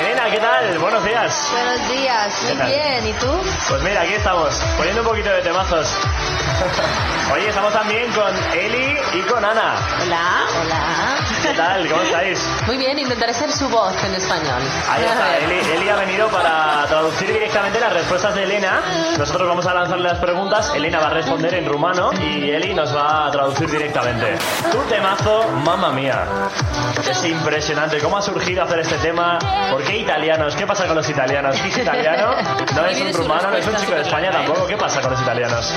Elena, ¿qué tal? Buenos días.
Buenos días,
¿Qué tal?
muy bien, ¿y tú?
Pues mira, aquí estamos, poniendo un poquito de temazos. Oye, estamos también con Eli y con Ana.
Hola, hola.
¿Qué tal? ¿Cómo estáis?
Muy bien, intentaré ser su voz en español.
Ahí está, Eli, Eli ha venido para traducir directamente las respuestas de Elena. Nosotros vamos a lanzarle las preguntas, Elena va a responder en rumano y Eli nos va a traducir directamente. Tu temazo, mamma mía. Es impresionante cómo ha surgido hacer este tema. ¿Por qué italianos? ¿Qué pasa con los italianos? ¿Qué es italiano? No
Ahí
es
viene
un
su
rumano, no es un
respuesta
chico
súper
de España
rara, ¿eh?
tampoco. ¿Qué pasa con los italianos?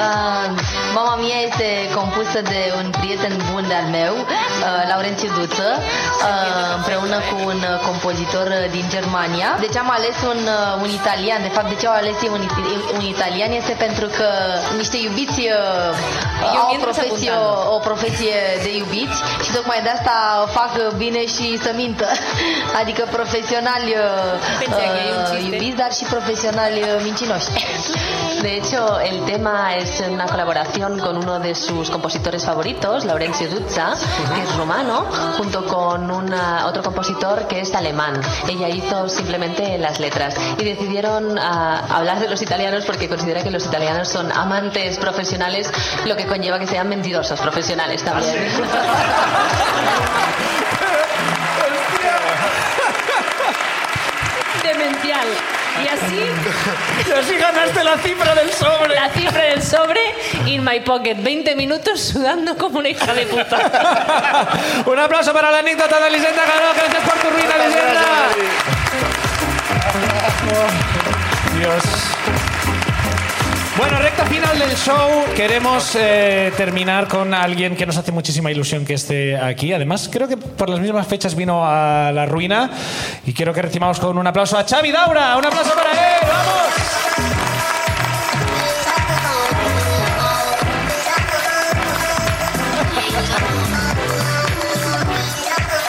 Ah, mama mia este compusă de un prieten bun de-al meu, ah, Laurențiu Duță, ah, împreună cu un ah, compozitor ah, din Germania. De ce am ales un, ah, un italian? De fapt, de ce au ales ei un, iti- un italian este pentru că niște iubiți ah,
Eu
au o
mint
profesie,
secundă.
o profesie de iubiți și tocmai de asta fac ah, bine și să mintă. Adică profesionali ah,
Pensei că e un
ah,
ciste.
iubiți, dar și profesionali ah, mincinoși.
De hecho, el tema es una colaboración con uno de sus compositores favoritos, Laurencio Duzza, que es rumano, junto con una- otro compositor que es alemán. Ella hizo simplemente las letras y decidieron ah, hablar de los italianos porque considera que los italianos son amantes profesionales, lo que conlleva que sean mentirosos profesionales también.
Demencial. Y así... Y así ganaste la cifra del sobre. La cifra del sobre in my pocket. 20 minutos sudando como una hija de puta.
Un aplauso para la anécdota de Lisenda Garó. Gracias por tu ruina, Lisenda. Dios. Bueno, recta final del show. Queremos eh, terminar con alguien que nos hace muchísima ilusión que esté aquí. Además, creo que por las mismas fechas vino a la ruina. Y quiero que recibamos con un aplauso a Xavi Daura. Un aplauso para él. ¡Vamos!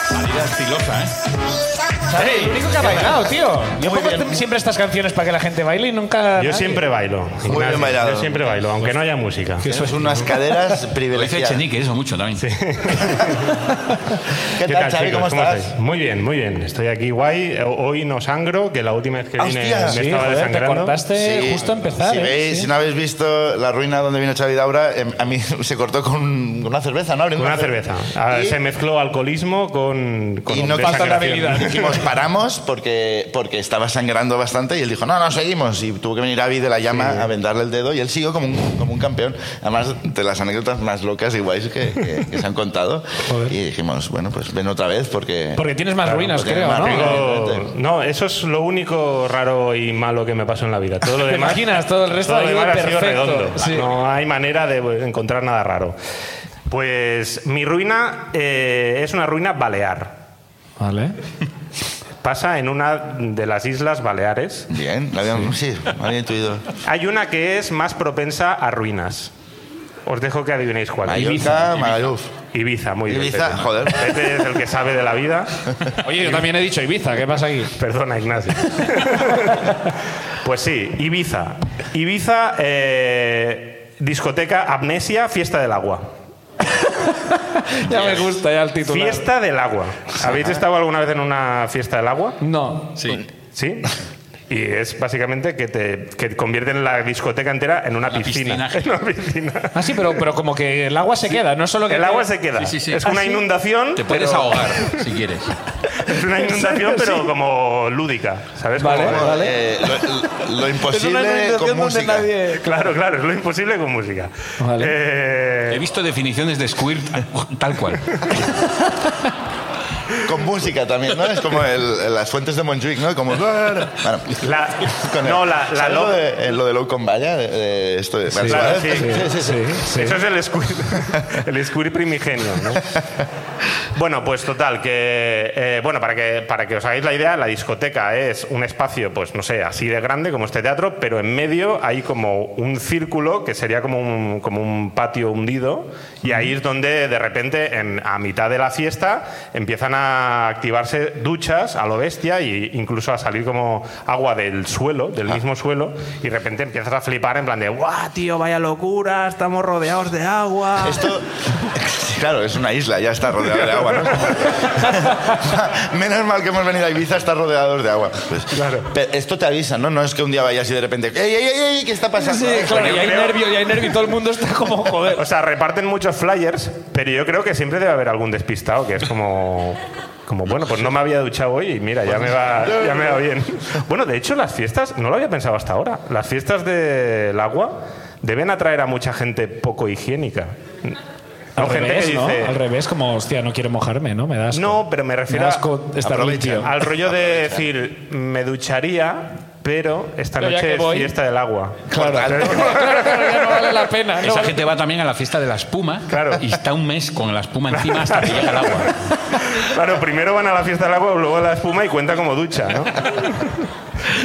Salida estilosa, ¿eh?
Xavi, el único que ha bailado, tío. Yo pongo siempre estas canciones para que la gente baile y nunca.
Yo
nadie.
siempre bailo. Ignacio.
bien bailado.
Yo siempre bailo, aunque no haya música.
Que sois unas caderas
Lo dice
privilegiadas.
Echenique, eso mucho también.
¿Qué
¿Qué
tal, Xavi?
chicos?
¿Cómo estás?
estáis? Muy bien, muy bien. Estoy aquí guay. O- Hoy no sangro, que la última vez que vine
Hostia.
me estaba desangrando.
Sí. Si, veis, si no habéis visto la ruina donde vino Xavi Daura, em, a mí se cortó con una cerveza, ¿no? Abriendo
Con una cerveza. Ah,
Y-
Se mezcló alcoholismo con, con
y no quiso
desangración.
Dijimos, paramos porque, porque estaba sangrando bastante y él dijo, no, no, seguimos. Y tuvo que venir Avi de la llama a vendarle el dedo y él siguió como un, como un campeón. Además, de las anécdotas más locas y guays que, que- que se han contado. Y dijimos, bueno, pues ven otra vez porque...
Porque tienes más ruinas,
porque
creo,
tienes
¿no?
más ruinas,
Tengo-
evidentemente.
no, eso es lo único raro y malo que me pasó en la vida. Todo lo
¿Te
demás,
imaginas? Todo el resto
todo
ha
lo
ido
demás ha sido
perfecto.
redondo.
Sí.
No hay manera de encontrar nada raro. Pues mi ruina eh, es una ruina balear.
Vale.
Pasa en una de las islas Baleares.
Bien, lo habíamos- sí, lo había intuido.
Hay una que es más propensa a ruinas. Os dejo que adivinéis cuál.
Mallorca, Magaluf.
Ibiza, muy bien.
Ibiza,
Pepe.
joder.
Pepe es el que sabe de la vida.
Oye, yo también he dicho Ibiza, ¿qué pasa aquí?
Perdona, Ignacio. Pues sí, Ibiza. Ibiza, eh, discoteca Amnesia, fiesta del agua.
Ya me gusta ya el titular.
Fiesta del agua. ¿Habéis estado alguna vez en una fiesta del agua?
No.
Sí.
¿Sí? Y es básicamente que te que convierten la discoteca entera en una piscina. En una piscina.
Ah, sí, pero, pero como que el agua se queda, no solo que. Ah,
El agua se queda. Es una inundación.
Te puedes
pero-
ahogar si quieres.
Es una inundación, pero como lúdica, ¿sabes?
Vale,
Como-
vale. Eh, lo- lo- lo imposible Es una inundación con donde música. nadie-
Claro, claro, es lo imposible con música. Eh,
He visto definiciones de squirt tal cual.
Con música también, ¿no? Es como el- el- las fuentes de Montjuic, ¿no? Como... Bueno, con
no, la- la
¿sabes
lo-
lo, de, eh, lo de Low Combaya, de, de esto de... ¿eh?
Sí,
Barcelona?
claro, sí. Eso es el squirt, el squirt primigenio, ¿no? Bueno, pues total, que eh, bueno, para que, para que os hagáis la idea, la discoteca es un espacio, pues no sé, así de grande como este teatro, pero en medio hay como un círculo que sería como un, como un patio hundido, y ahí es donde de repente, en- a mitad de la fiesta, empiezan a activarse duchas a lo bestia e incluso a salir como agua del suelo, del
Ah.
mismo suelo, y de repente empiezas a flipar en plan de ¡guau, Ah, tío, vaya locura! Estamos rodeados de agua.
Esto, claro, es una isla, ya está rodeada de agua, ¿no? Menos mal que hemos venido a Ibiza, está rodeados de agua. Pues, pero esto te avisa, ¿no? No es que un día vayas y de repente... ¡Ey, ey, ey, ey! ¿Qué está pasando?
Sí, Eh, claro, y hay nervio, y hay nervio, y todo el mundo está como, joder.
O sea, reparten muchos flyers, pero yo creo que siempre debe haber algún despistado que es como. Como, bueno, pues no me había duchado hoy y mira, ya me, va, ya me va bien. Bueno, de hecho, las fiestas, no lo había pensado hasta ahora, las fiestas del agua deben atraer a mucha gente poco higiénica.
Al
No, gente
revés,
que
¿no?
dice-
Al revés, como, hostia, no quiero mojarme, ¿no? Me das.
No, pero me refiero a-
asco estar limpio.
al rollo de decir, me ducharía, pero esta
Pero ya
noche
que
es
voy-
fiesta del agua.
Esa gente va también a la fiesta de la espuma y está un mes con la espuma encima hasta que llega el agua.
Claro, primero van a la fiesta del agua, luego a la espuma y cuenta como ducha, ¿no?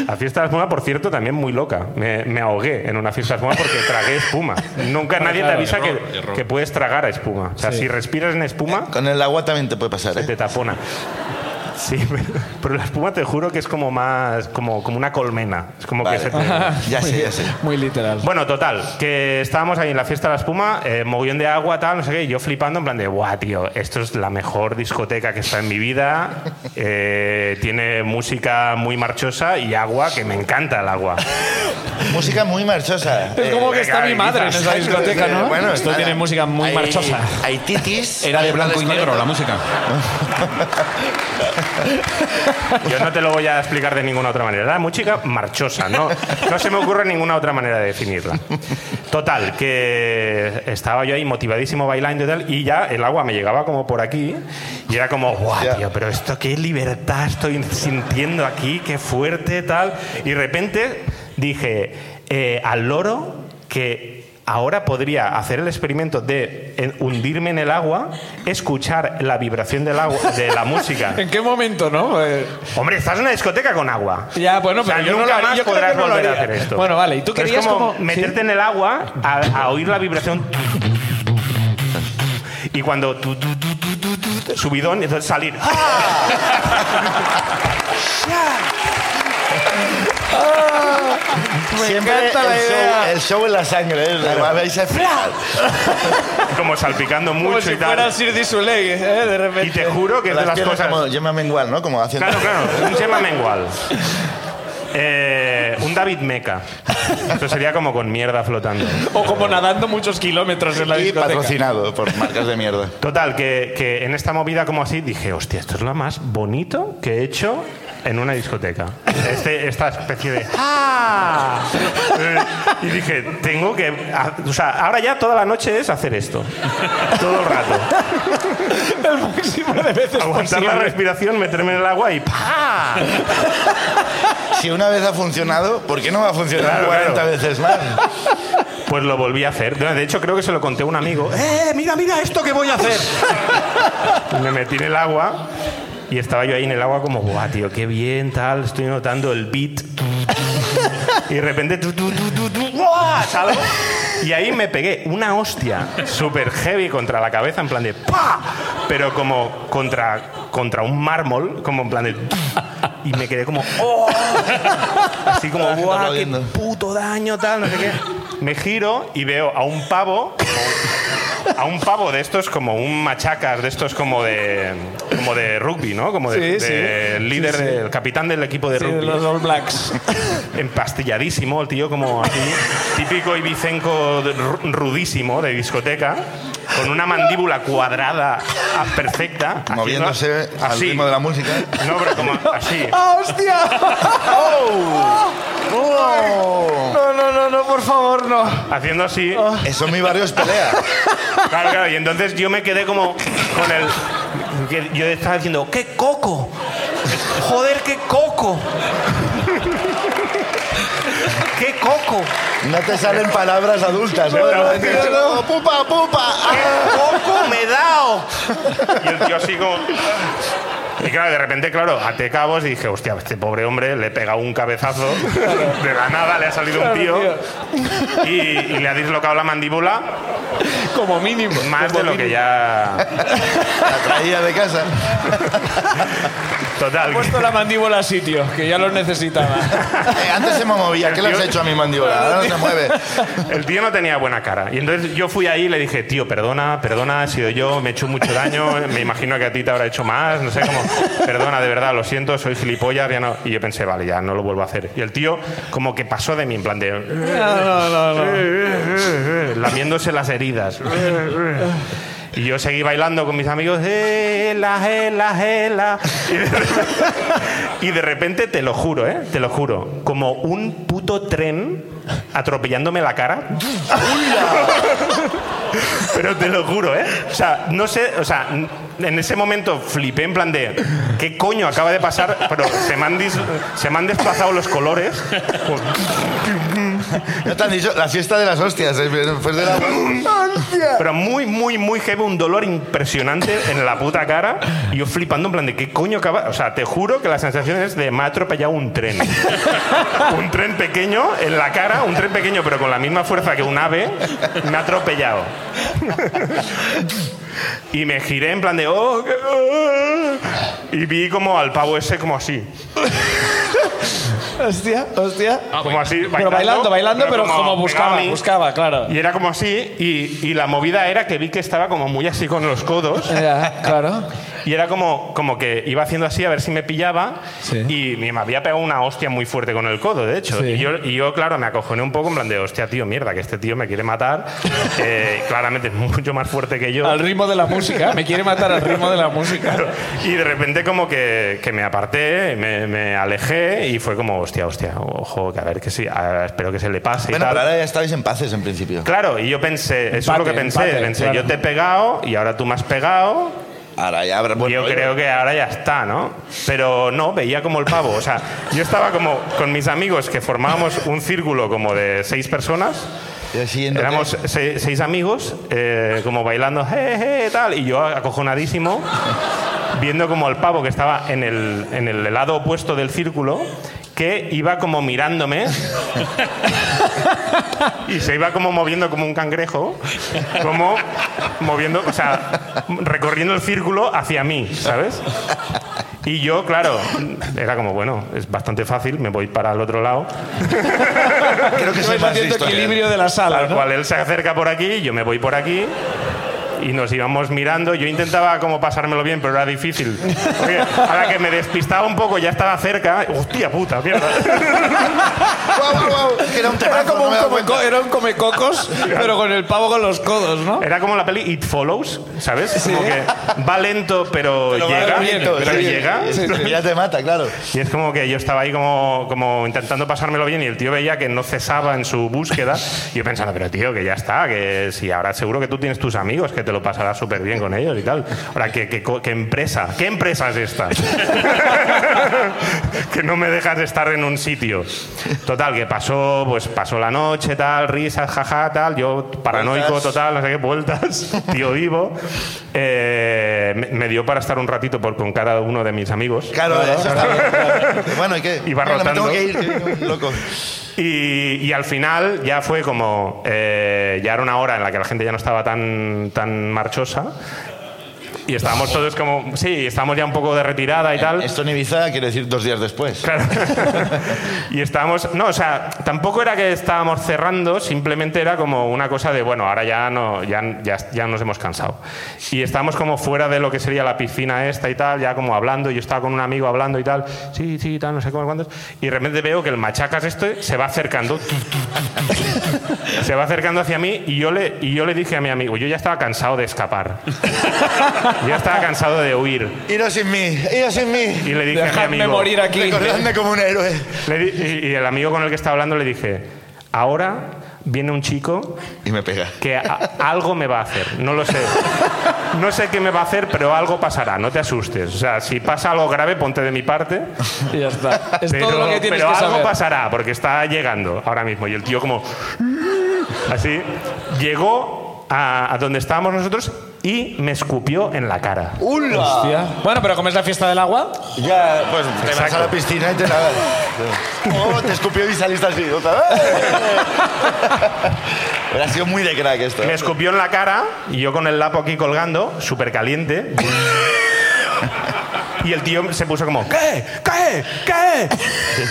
La fiesta de la espuma, por cierto, también muy loca. Me, me ahogué en una fiesta de espuma porque tragué espuma. Nunca
Bueno,
nadie
claro,
te avisa
error,
que,
error.
que puedes tragar a espuma. O sea,
Sí.
si respiras en espuma...
Con el agua también te puede pasar, ¿eh?
te tapona. Sí, pero- pero la espuma te juro que es como más... como, como una colmena. Es como
Vale.
que se te...
Ya sé, ya sé.
Muy literal.
Bueno, total, que estábamos ahí en la fiesta de la espuma, eh, mogollón de agua, tal, no sé qué, y yo flipando en plan de, guau, tío, esto es la mejor discoteca que está en mi vida, eh, tiene música muy marchosa y agua, que me encanta el agua.
Música muy marchosa.
Es como que está mi madre en esa discoteca, ¿no?
Eh, Bueno,
Esto tiene música muy marchosa.
Hay titis.
Era de blanco y negro la música.
Yo no te lo voy a explicar de ninguna otra manera. La música marchosa, no, no se me ocurre ninguna otra manera de definirla. Total, que estaba yo ahí motivadísimo bailando y tal, y ya el agua me llegaba como por aquí, y era como, guau, tío, pero esto qué libertad estoy sintiendo aquí, qué fuerte, tal. Y de repente dije, eh, al loro que ahora podría hacer el experimento de eh, hundirme en el agua, escuchar la vibración del agua, de la música.
¿En qué momento, no? Eh,
Hombre, estás en una discoteca con agua.
Ya, bueno,
O sea,
pero yo no
nunca
lo haría,
más
yo creo
podrás
que no lo
volver a
haría.
hacer esto.
Bueno, vale, y tú
Pero es
querías
como,
como-
meterte
sí.
en el agua a, a oír la vibración y cuando tu, tu, tu, tu, tu, tu, tu, subidón y entonces salir. ¡ah!
Ah,
Siempre
encanta
el
la
show-
idea.
el show en la sangre, ¿eh? Lo veis al final.
como salpicando mucho
si
y tal.
fuera
Sir du Soleil, ¿eh? De repente.
Y te juro que es de
Las
las
piernas
cosas
como Gemma Mengual, ¿no? Como haciendo...
Claro, claro, un Chema Mengual. Eh, un David Meca. Eso sería como con mierda flotando.
O como nadando muchos kilómetros en la
Y
discoteca.
patrocinado por marcas de mierda.
Total, que, que en esta movida como así dije, hostia, esto es lo más bonito que he hecho en una discoteca. Este- esta especie de... ¡Ah! Eh, Y dije, tengo que... ha- O sea, ahora ya toda la noche es hacer esto. Todo el rato.
El máximo de veces
Aguantar la respiración, meterme en el agua y ¡pa!
Si una vez ha funcionado, ¿por qué no va a funcionar
Claro,
40
claro.
veces más?
Pues lo volví a hacer. De hecho, creo que se lo conté a un amigo. ¡Eh!
mira, mira esto que voy a hacer.
Me metí en el agua y estaba yo ahí en el agua como, guau, tío, qué bien, tal, estoy notando el beat. Y de repente... tu, tu, tu, tu, tu, ¡guau! ¡Buah! ¿Sabes? Y ahí me pegué una hostia súper heavy contra la cabeza, en plan de ¡pa! Pero como contra, contra un mármol, como en plan de. Y me quedé como ¡oh! Así como ¡guau! ¡Qué puto daño! Tal, no sé qué. Me giro y veo a un pavo. A un pavo de estos como un machacas, de estos como de, como de rugby, ¿no? Como de,
Sí, sí.
de líder,
Sí, sí.
del capitán del equipo de
Sí, de
rugby.
los All
Blacks. Empastilladísimo, el tío como así, típico ibicenco de- ru- rudísimo de discoteca, con una mandíbula cuadrada ah, perfecta. haciendo-
Moviéndose al
así.
ritmo de la música.
No, pero como así.
¡Ah, hostia!
Oh,
No, no, no, no, por favor, no.
Haciendo así.
Ah.
Eso en mi barrio es pelea.
Claro, claro. Y entonces yo me quedé como con el. que Yo estaba diciendo, ¡qué coco! ¡Joder, qué coco! ¡Qué coco!
No te salen palabras adultas, ¿eh? ¿no?
Pero,
De repente,
tío,
no, pupa, pupa.
¡Qué coco me he dado! Y el tío así como... Y claro, de repente, claro, até cabos y dije, hostia, este pobre hombre le he pegado un cabezazo. De la nada le ha salido un
Claro,
tío. Y, y le ha dislocado la mandíbula.
Como mínimo.
Más de lo que ya.
La traía de casa.
Total.
He puesto la mandíbula a sitio, que ya lo necesitaba.
Eh, antes se me movía. ¿Qué le has
Tío-
hecho a mi mandíbula? Ahora no se mueve.
El tío no tenía buena cara. Y entonces yo fui ahí y le dije, tío, perdona, perdona, he sido yo, me he hecho mucho daño, me imagino que a ti te habrá hecho más, no sé cómo. Perdona, de verdad, lo siento, soy gilipollas, ya no. Y yo pensé, vale, ya no lo vuelvo a hacer. Y el tío como que pasó de mí en plan de. eh,
No, no, no, no.
lamiéndose las heridas. Y yo seguí bailando con mis amigos, gela, gela, gela. Y de, repente, y de repente, te lo juro, ¿eh? Te lo juro, como un puto tren atropellándome la cara. Pero te lo juro, ¿eh? O sea, no sé, o sea, n- en ese momento flipé en plan de, ¿qué coño acaba de pasar? Pero se me han, dis- se me han desplazado los colores. Pues,
No te han dicho la fiesta de las hostias. eh, Después de la...
Pero muy, muy, muy heavy, un dolor impresionante en la puta cara. Y yo flipando en plan de qué coño acaba. O sea, te juro que la sensación es de me ha atropellado un tren. un tren pequeño en la cara, un tren pequeño, pero con la misma fuerza que un ave, me ha atropellado. Y me giré en plan de oh, qué- oh". y vi como al pavo ese como así.
Hostia, hostia.
Como así,
Ah, pues, Pero bailando, bailando, pero como, buscaba,
pegaba a mí.
buscaba, claro.
Y era como así, y, y la movida era que vi que estaba como muy así con los codos.
Ya, claro.
Y era como, como que iba haciendo así a ver si me pillaba. Y me había pegado una hostia muy fuerte con el codo, de hecho.
Sí.
Y, yo, y yo, claro, me acojoné un poco en plan de, hostia, tío, mierda, que este tío me quiere matar. Eh, claramente es mucho más fuerte que yo.
Al ritmo de la música. Me quiere matar al ritmo de la música.
Y de repente como que, que me aparté, me, me alejé y fue como, hostia, hostia, ojo, que a ver que sí, a- espero que se le pase. y
Bueno,
tal.
pero ahora ya estabais en paces en principio.
Claro, y yo pensé, eso es lo que pensé.
empate,
pensé,
claro.
yo te he pegado y ahora tú me has pegado.
Ahora ya habrá.
yo creo que ahora ya está, ¿no? Pero no, veía como el pavo. O sea, yo estaba como con mis amigos que formábamos un círculo como de seis personas. Éramos se- seis amigos, eh, como bailando, "Eh, eh", tal, y yo acojonadísimo, viendo como el pavo que estaba en el, en el lado opuesto del círculo, que iba como mirándome y se iba como moviendo como un cangrejo, como moviendo, o sea, recorriendo el círculo hacia mí, ¿sabes? Y yo, claro, era como, bueno, es bastante fácil, me voy para el otro lado.
Creo que soy más ¿eh? listo.
equilibrio de la sala.
Tal cual, él se acerca por aquí, yo me voy por aquí. Y nos íbamos mirando. Yo intentaba como pasármelo bien, pero era difícil. Porque a la que me despistaba un poco, ya estaba cerca. ¡Hostia puta! Mierda.
Guau, guau, guau, que Era un temazo,
como
no me
un
he dado
comeco-
cuenta.
era un comecocos, pero con el pavo con los codos, ¿no?
Era como la peli It Follows, ¿sabes? Como que va lento, pero,
Pero va
llega.
lento,
pero
sí,
llega.
sí, sí. Ya te mata, claro.
Y es como que yo estaba ahí como, como intentando pasármelo bien y el tío veía que no cesaba en su búsqueda. Y yo pensando, pero tío, que ya está, que si ahora seguro que tú tienes tus amigos, que te lo pasarás súper bien con ellos y tal. Ahora, ¿qué, qué, co- qué empresa? ¿Qué empresa es esta? que no me dejas estar en un sitio. Total, que pasó, pues pasó la noche, tal, risas, jaja, tal. Yo, paranoico,
Vueltas.
total, no sé qué, vueltas, tío vivo. Eh, me, me dio para estar un ratito por, con cada uno de mis amigos.
Claro, eso está bien. Bueno, ¿y qué?
Y va
Mira, me
rotando.
tengo que ir, que- loco.
Y, y al final ya fue como, eh, ya era una hora en la que la gente ya no estaba tan, tan marchosa. Y estábamos todos como, sí, estábamos ya un poco de retirada y tal.
Esto en Ibiza quiere decir dos días después.
Claro. y estábamos, no, o sea, tampoco era que estábamos cerrando, simplemente era como una cosa de, bueno, ahora ya no, ya, ya, ya nos hemos cansado. Y estábamos como fuera de lo que sería la piscina esta y tal, ya como hablando, yo estaba con un amigo hablando y tal, sí, sí, tal, no sé cómo, cuántos. Y de repente veo que el machacas este se va acercando, se va acercando hacia mí y yo le, y yo le dije a mi amigo, yo ya estaba cansado de escapar. Yo ya estaba cansado de huir.
Iros sin mí, iros sin mí.
Y le dije a mi
Dejadme
amigo.
morir aquí. Recordadme como un héroe.
Le di- y, y el amigo con el que estaba hablando le dije: Ahora viene un chico.
Y me pega.
Que a- algo me va a hacer, no lo sé. No sé qué me va a hacer, pero algo pasará, no te asustes. O sea, si pasa algo grave, ponte de mi parte.
Y ya está. Es todo lo que tienes
pero
que
algo
saber.
pasará, porque está llegando ahora mismo. Y el tío, como. Así. Llegó a, a donde estábamos nosotros y me escupió en la cara.
¡Hula!
Hostia. Bueno, pero como es la fiesta del agua,
Ya, pues te vas
Exacto.
a la piscina y te la... Oh, te escupió y saliste así. otra vez. Pero ha sido muy de crack esto. ¿eh?
Me escupió en la cara y yo con el lapo aquí colgando, súper caliente. y el tío se puso como, ¿qué? ¿Qué? ¿Qué?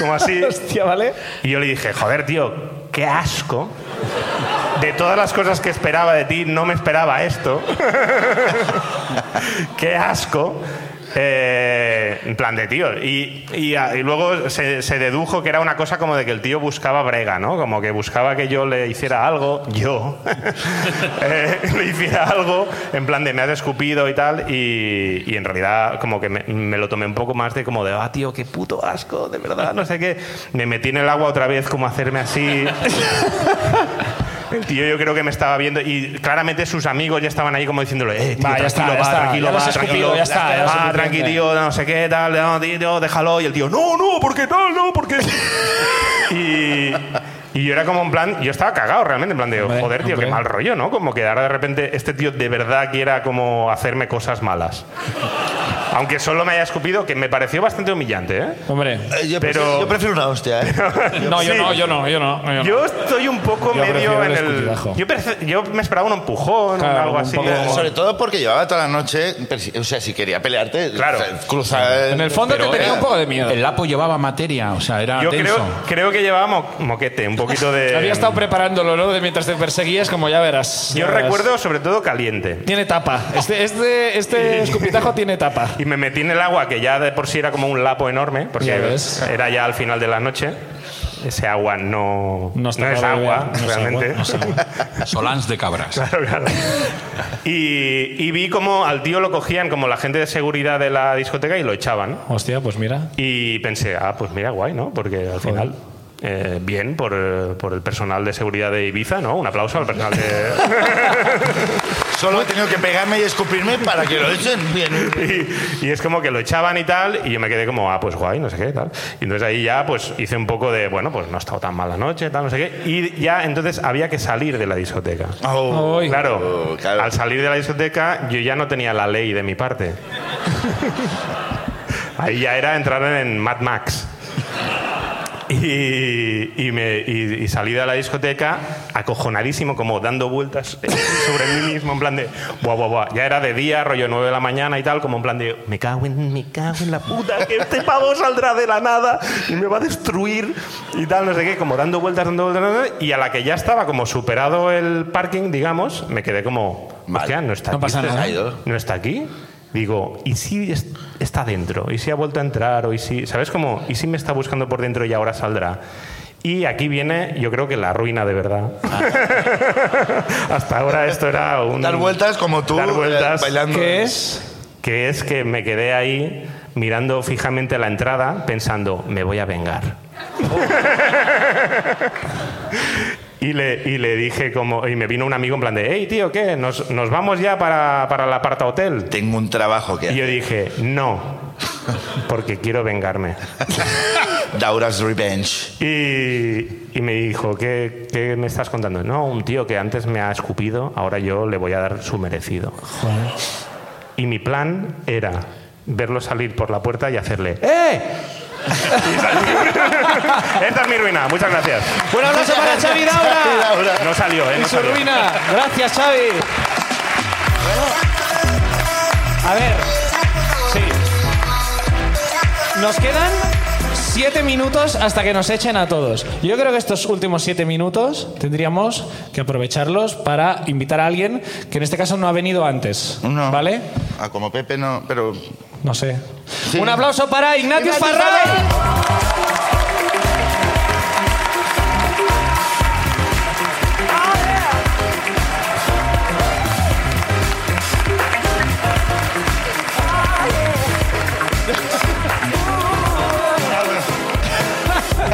Como así.
Hostia, ¿vale?
Y yo le dije, joder, tío, qué asco. De todas las cosas que esperaba de ti, no me esperaba esto. qué asco. Eh, en plan de tío. Y, y a- y luego se, se dedujo que era una cosa como de que el tío buscaba brega, ¿no? Como que buscaba que yo le hiciera algo, yo, eh, le hiciera algo, en plan de me has escupido y tal. Y, y en realidad, como que me, me lo tomé un poco más de como de, ah, tío, qué puto asco, de verdad, no sé qué. Me metí en el agua otra vez, como a hacerme así. El tío yo creo que me estaba viendo y claramente sus amigos ya estaban ahí como diciéndole, eh, tío,
Va, ya está,
tranquilo, va,
ya está,
tranquilo,
ya
va,
lo has escupido,
tranquilo,
ya está, ya lo has
va,
escupido,
tranqui,
ya.
tío, no sé qué, tal, no, tío, déjalo. Y el tío, no, no, porque no, no, porque... y, y yo era como en plan, yo estaba cagado realmente, en plan de, joder, tío, qué mal rollo, ¿no? Como que ahora de repente este tío de verdad quiera como hacerme cosas malas. Aunque solo me haya escupido, que me pareció bastante humillante, ¿eh?
hombre.
Eh, Yo,
Pero-
prefiero, yo prefiero una hostia, ¿eh?
No, yo
Sí.
no, yo no, yo no. Yo, no.
Yo estoy un poco
Yo prefiero
medio
el
en el.
escupitajo.
Yo, perce- yo me esperaba un empujón,
Claro,
algo
un
así.
poco-
como-
Sobre todo porque llevaba toda la noche... persi- O sea, si quería pelearte,
Claro.
cruzar...
En el fondo
Pero
te tenía
era-
un poco de miedo.
El lapo llevaba materia, o sea, era
Yo
tenso.
creo, creo que llevaba mo- moquete, un poquito de.
Ah, Había estado preparándolo, ¿no? De mientras te perseguías, como ya verás.
yo
ya verás.
recuerdo sobre todo caliente.
Tiene tapa. Este, este, este escupitajo tiene tapa.
Y me metí en el agua, que ya de por sí era como un lapo enorme, porque
Ya ves.
era ya al final de la noche. Ese agua no,
No
no
está
es
para beber,
agua,
no es
realmente.
agua, no es
Solans de cabras.
Claro, claro. Y, y vi como al tío lo cogían como la gente de seguridad de la discoteca y lo echaban.
Hostia, pues mira.
Y pensé, ah, pues mira, guay, ¿no? Porque al final, eh, bien por, eh, por el personal de seguridad de Ibiza, ¿no? Un aplauso al personal de...
Solo he tenido que pegarme y escupirme para que lo echen bien.
y, y es como que lo echaban y tal, y yo me quedé como, ah, pues guay, no sé qué, tal. Y entonces ahí ya, pues hice un poco de, bueno, pues no ha estado tan mala noche, tal, no sé qué. Y ya entonces había que salir de la discoteca.
Oh,
Uy.
Claro,
Oh, claro.
al salir de la discoteca yo ya no tenía la ley de mi parte. Ahí ya era entrar en Mad Max. Y, y me, y- y salí de la discoteca acojonadísimo, como dando vueltas sobre mí mismo, en plan de, buah, buah, buah. Ya era de día, rollo 9 de la mañana y tal, como en plan de, me cago en, me cago en la puta, que este pavo saldrá de la nada y me va a destruir y tal, no sé qué, como dando vueltas, dando vueltas, dando vueltas, y a la que ya estaba como superado el parking, digamos, me quedé como, hostia, no está
No
aquí
pasa
este-
nada.
no está aquí. Digo, ¿y si es- está dentro? ¿Y si ha vuelto a entrar? ¿O y si, ¿Sabes cómo? ¿Y si me está buscando por dentro y ahora saldrá? Y aquí viene, yo creo que la ruina de verdad. Hasta ahora esto era un.
Dar vueltas como tú,
Dar vueltas.
eh, bailando.
¿Qué es?
Que es que me quedé ahí mirando fijamente la entrada pensando, me voy a vengar. Y le, y le dije como, y me vino un amigo en plan de, hey tío, ¿qué? ¿Nos, nos vamos ya para, para el aparta hotel?
Tengo un trabajo que
Y yo
hacer.
dije, no, porque quiero vengarme.
Daura's Revenge.
Y, y me dijo, ¿qué, ¿qué me estás contando? No, un tío que antes me ha escupido, ahora yo le voy a dar su merecido. Y mi plan era verlo salir por la puerta y hacerle, ¡eh! Esta es mi ruina. Muchas gracias.
Un aplauso para Xavi Daura.
No salió, ¿eh?
Y
No
su
salió.
ruina. Gracias, Xavi. A ver. Sí. Nos quedan siete minutos hasta que nos echen a todos. Yo creo que estos últimos siete minutos tendríamos que aprovecharlos para invitar a alguien que en este caso no ha venido antes. ¿Vale?
Ah, como Pepe no, pero...
No sé. Un aplauso para Ignacio Farray.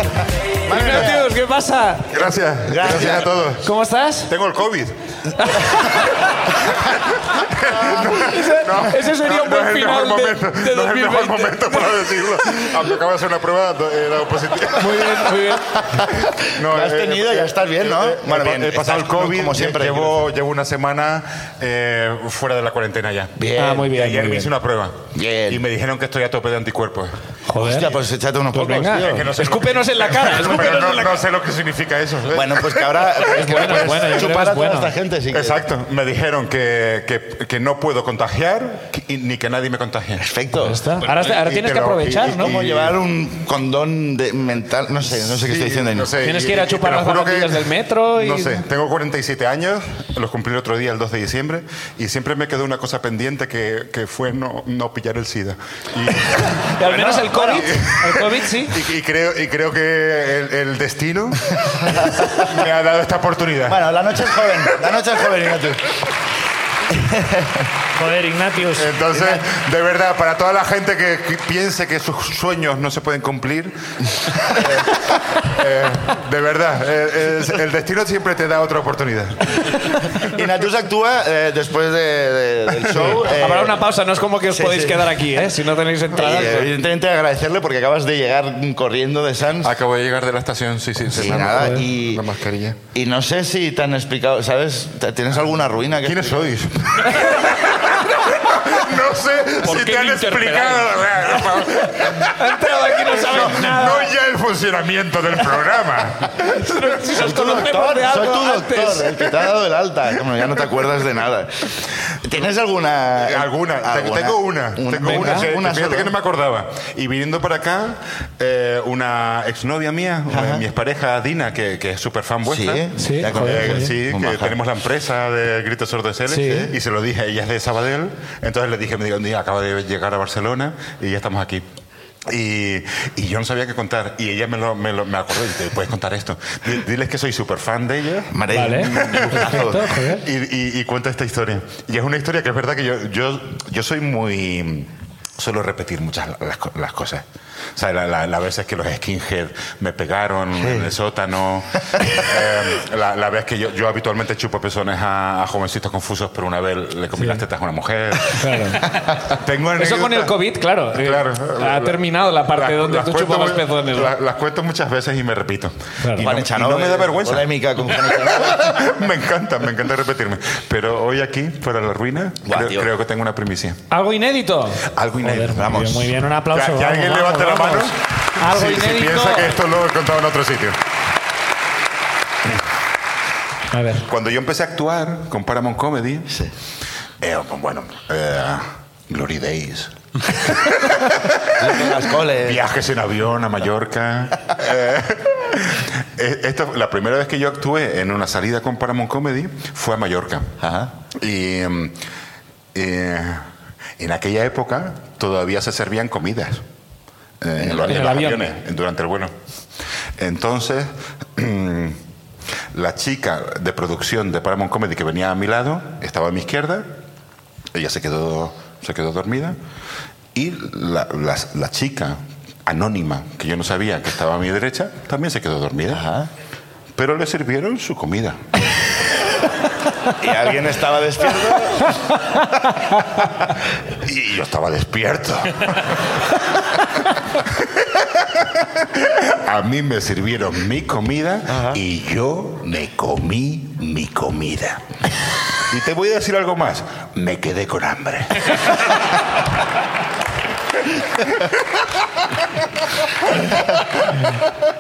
Ignatius, ¿qué pasa?
Gracias. Gracias. a todos.
¿Cómo estás?
Tengo el COVID.
Ese sería un buen
es el
final
mejor
de-
momento,
de
No es el mejor momento para decirlo. Aunque acabo de hacer una prueba, he dado positivo.
Muy bien, muy bien.
No, eh,
Lo has tenido, ya estás bien, ¿no?
Bueno,
Bueno,
eh,
pues, eh,
he, he
bien,
pasado el
estás
COVID,
como
como
siempre,
siempre. Llevo, llevo una semana eh, fuera de la cuarentena ya.
Bien. Ah, muy bien,
Y Ayer me
muy bien.
hice una prueba.
Bien.
Y me dijeron que estoy a tope de anticuerpos.
Joder.
Hostia, pues échate unos pocos, tío.
Es que no sé lo que- Pero no, no sé lo que significa eso.
Bueno, pues que ahora pues, puedes chupar a toda esta gente. si quieres.
Exacto. Me dijeron que, que, que no puedo contagiar que- y- ni que nadie me contagie. Pues
Perfecto.
Ahora- ahora tienes que aprovechar, ¿no?
Como llevar un condón de mental, no sé, no sé qué estoy diciendo. ahí.
No sé,
Tienes
y-
que ir a
y- y
chupar
te lo
las
juro que-
zapatillas del metro y-
No sé, tengo 47 años, los cumplí el otro día, el 2 de diciembre, y siempre me quedó una cosa pendiente que, que fue no, no pillar el SIDA. Y,
Y al menos el COVID, el COVID sí.
Y, y creo, y creo que el, el destino me ha dado esta oportunidad.
Bueno, la noche es joven, la noche es joven, Ignatius.
Joder, Ignatius.
Entonces, de verdad, para toda la gente que, que piense que sus sueños no se pueden cumplir, eh, eh, de verdad, eh, es- el destino siempre te da otra oportunidad.
Ignatius actúa eh, después de- de- del show. eh,
Habrá una pausa, no es como que os
sí,
podéis
sí.
quedar aquí, ¿eh? Si no tenéis
y,
entrada. pues.
eh, evidentemente agradecerle porque acabas de llegar corriendo de Sans.
Acabo de llegar de la estación, sí, sí,
Sí,
se me ha
nada,
roto
y-
la mascarilla.
Y no sé si te han explicado, ¿sabes? ¿Te- ¿Tienes alguna ruina? Que
¿Quiénes sois?
No
sé
si te han explicado.
Ha
entrado aquí, no sabes nada.
No ya el funcionamiento del programa.
Soy tu doctor, soy tu doctor, el que te ha dado el alta. Como ya no te acuerdas de nada. ¿Tienes alguna...?
Alguna, te- tengo una, tengo
Venga.
una, que-
Una
fíjate
sola.
que no me acordaba. Y viniendo para acá, eh, una exnovia mía, eh, mi expareja Dina, que, que es súper fan vuestra,
Sí, sí,
Eh,
joder, joder.
sí,
Muy
que
maja.
tenemos la empresa de Grito Sordo SL,
Sí.
y se lo dije, ella es de Sabadell, entonces le dije, me digo, un día acaba de llegar a Barcelona y ya estamos aquí. Y, y yo no sabía qué contar. Y ella me lo, me lo- me acordó y te puedes contar esto. Di- Diles que soy súper fan de ella.
Vale. Perfecto, joder.
Y, y- y cuenta esta historia. Y es una historia que es verdad que yo, yo, yo soy muy... Suelo repetir muchas la- las, co- las cosas. O sea, la- la- las veces que los skinhead me pegaron en el sótano. Eh, la, la vez que yo, yo habitualmente chupo pezones a, a jovencitos confusos, pero una vez le comí las tetas a una mujer.
Claro.
Tengo
Eso con el
anécdotas-
COVID, claro. eh,
Claro.
ha terminado la parte
Las-
donde
las
tú
cuento
chupabas
mu-
pezones. ¿no?
la- Las cuento muchas veces y me repito. Y,
Juan
no, y
Echanove,
no me da vergüenza.
Polémica con Juan
me encanta, me encanta repetirme. Pero hoy aquí, para la ruina, creo, creo que tengo una primicia.
Algo inédito.
Algo inédito. vamos.
Muy bien, un aplauso.
Que- que
vamos,
alguien
vamos,
levante la
vamos.
mano
Algo
si, si
inédito.
piensa que esto lo he contado en otro sitio.
A ver.
Cuando yo empecé a actuar con Paramount Comedy, eh, bueno, eh, Glory Days. Viajes en avión a Mallorca. Eh, eh, esta- la primera vez que yo actué en una salida con Paramount Comedy fue a Mallorca. Y mm, eh, en aquella época todavía se servían comidas eh, en, los,
en
en
el
los
avión.
aviones eh, durante el vuelo. Entonces, mm, la chica de producción de Paramount Comedy que venía a mi lado estaba a mi izquierda. Ella se quedó, se quedó dormida. Y la, la- la chica anónima, que yo no sabía que estaba a mi derecha, también se quedó dormida. Pero le sirvieron su comida.
Y alguien estaba despierto.
Y yo estaba despierto. A mí me sirvieron mi comida y yo me comí mi comida. Y te voy a decir algo más. Me quedé con hambre.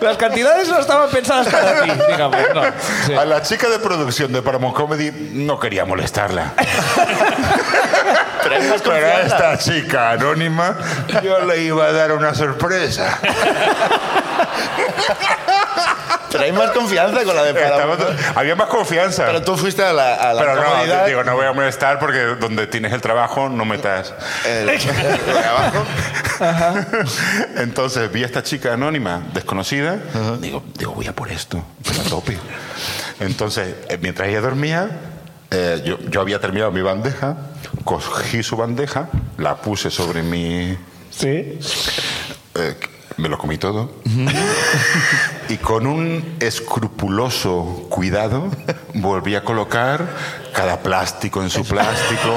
Las cantidades no estaban pensadas para ti, digamos. no. Sí.
A la chica de producción de Paramount Comedy no quería molestarla. Pero a esta chica anónima yo le iba a dar una sorpresa.
Pero hay más confianza con la de Paramount.
Había más confianza.
Pero tú fuiste a la, a la
Pero no,
comodidad.
digo, no voy a molestar porque donde tienes el trabajo no metas. Entonces vi a esta chica anónima, desconocida, digo, digo, voy a por esto, pues, a tope. Entonces, eh, mientras ella dormía, eh, yo, yo había terminado mi bandeja, cogí su bandeja, la puse sobre mi... Eh,
Sí.
me lo comí todo. y con un escrupuloso cuidado volví a colocar cada plástico en su plástico.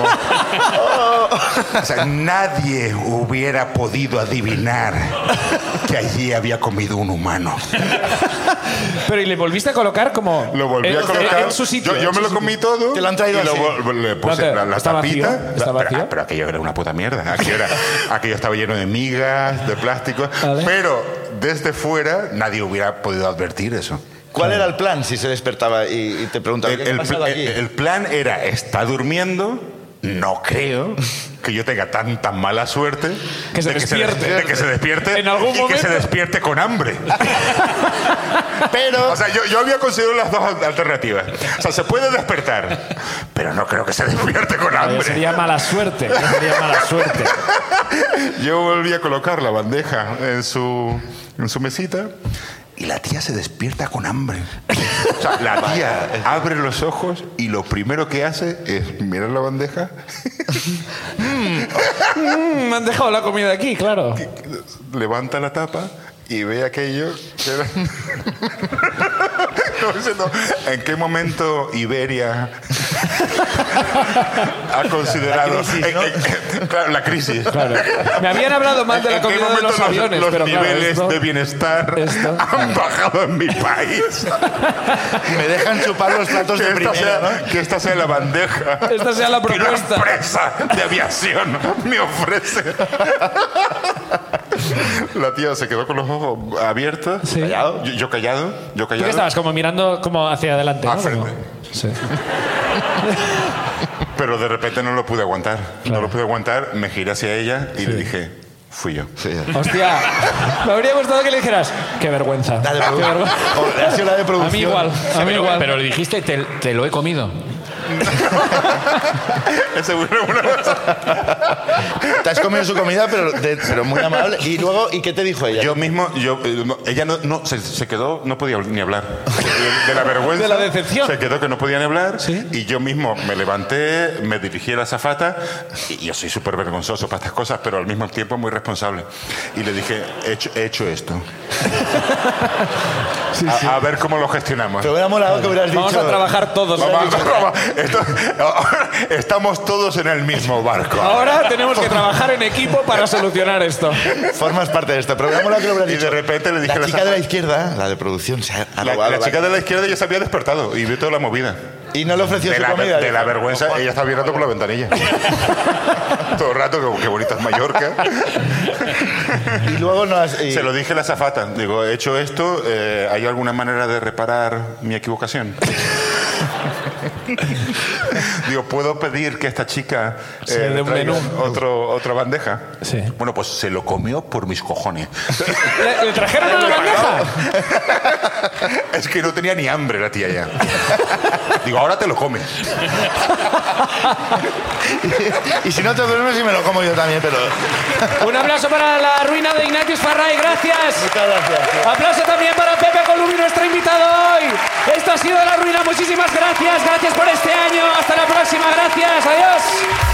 O sea, nadie hubiera podido adivinar que allí había comido un humano.
Pero y le volviste a colocar como.
Lo volví
en-
a colocar.
Eh, En su sitio.
yo, yo
en su
me lo comí
sitio.
todo. y lo vol- le puse
No, te-
la, la
está vacío,
tapita.
está
pero,
vacío.
ah, pero aquello era una puta mierda. Aquello, era, aquello estaba lleno de migas, de plástico. Pero desde fuera nadie hubiera podido advertir eso.
¿Cuál era el plan si se despertaba y, y te preguntaba
El,
qué te ha
el
pasado
pl-
aquí?
el- el plan era, está durmiendo, no creo que yo tenga tanta mala suerte
Que se
de, que
despierte.
de que se despierte
En algún
y que
momento.
se despierte con hambre.
Pero
O sea, yo, yo había considerado las dos al- alternativas. O sea, se puede despertar, pero no creo que se despierte con
Vaya,
hambre.
Sería mala suerte. ya Sería mala suerte.
Yo volví a colocar la bandeja en su, en su mesita y la tía se despierta con hambre. O sea, la tía abre los ojos y lo primero que hace es mirar la bandeja.
Mm, me han dejado la comida aquí, claro.
levanta la tapa y ve aquello que era- Como diciendo, ¿En qué momento Iberia ha considerado
La crisis,
en- en- claro, la crisis?
Claro. Me habían hablado mal de la
¿En qué
comida de
momento
los aviones,
los
pero claro,
niveles
esto-
de bienestar han bajado en mi país.
Me dejan chupar los platos
que
de
esta
primero,
sea,
¿no?
que esta sea la bandeja.
Esta sea la
que una
propuesta.
empresa de aviación me ofrece. La tía se quedó con los ojos abiertos. Callado. Yo, yo callado. Yo
¿Tú
callado.
qué estabas? Como mirando como hacia adelante.
Ah,
¿no?
frente.
Como- Sí.
Pero de repente no lo pude aguantar. No lo pude aguantar. Me giré hacia ella y le dije, fui yo.
Hostia, me habría gustado que le dijeras, qué vergüenza.
de
qué
produ-
vergüenza".
O, ha sido la de
A mí
producción.
igual, a mí
pero,
igual.
pero le dijiste, te, te lo he comido.
Seguro una cosa.
Te has comido su comida, pero, de- pero muy amable. Y luego, ¿y qué te dijo ella?
Yo mismo, yo, eh, no, ella no, no, se, se quedó, no podía ni hablar. De, de la vergüenza.
De la decepción.
Se quedó que no podía ni hablar. Y yo mismo me levanté, me dirigí a la zafata. Y yo soy súper vergonzoso para estas cosas, pero al mismo tiempo muy responsable. Y le dije, he hecho, he hecho esto. a, a ver cómo lo gestionamos.
Te hubiera molado que hubieras
Vamos
dicho...
a trabajar todos. ¿eh?
Vamos, vamos, esto- ahora estamos todos en el mismo barco.
Ahora tenemos que trabajar en equipo para solucionar esto.
Formas parte de esto, pero me ha molado que lo hubieras
Y
dicho.
de repente le dije a
La
la
chica de la
zafata-
izquierda, la de producción, se ha
La,
robado
la chica
la-
de la izquierda ya se había despertado y vio toda la movida.
Y no le ofreció
De
su
la,
comida.
de la
dijo.
vergüenza, ella estaba mirando por la ventanilla. Todo el rato, como, qué bonita es Mallorca.
Y luego no has... y-
Se lo dije a la zafata. Digo, he hecho esto, eh, ¿hay alguna manera de reparar mi equivocación? Digo, ¿puedo pedir que esta chica eh,
Se dé un
traiga
menú.
otro, otra bandeja?
Sí.
Bueno, pues se lo comió por mis cojones.
¿Le, le trajeron una bandeja?
es que no tenía ni hambre la tía ya. Digo, ahora te lo comes.
y si no te duermes, y me lo como yo también, pero...
Un aplauso para la ruina de Ignatius Farray, gracias.
Muchas gracias.
Aplauso también para Pepe Columbi, nuestro invitado hoy. Esto ha sido La Ruina, muchísimas gracias, gracias por este año, hasta la próxima, gracias, adiós.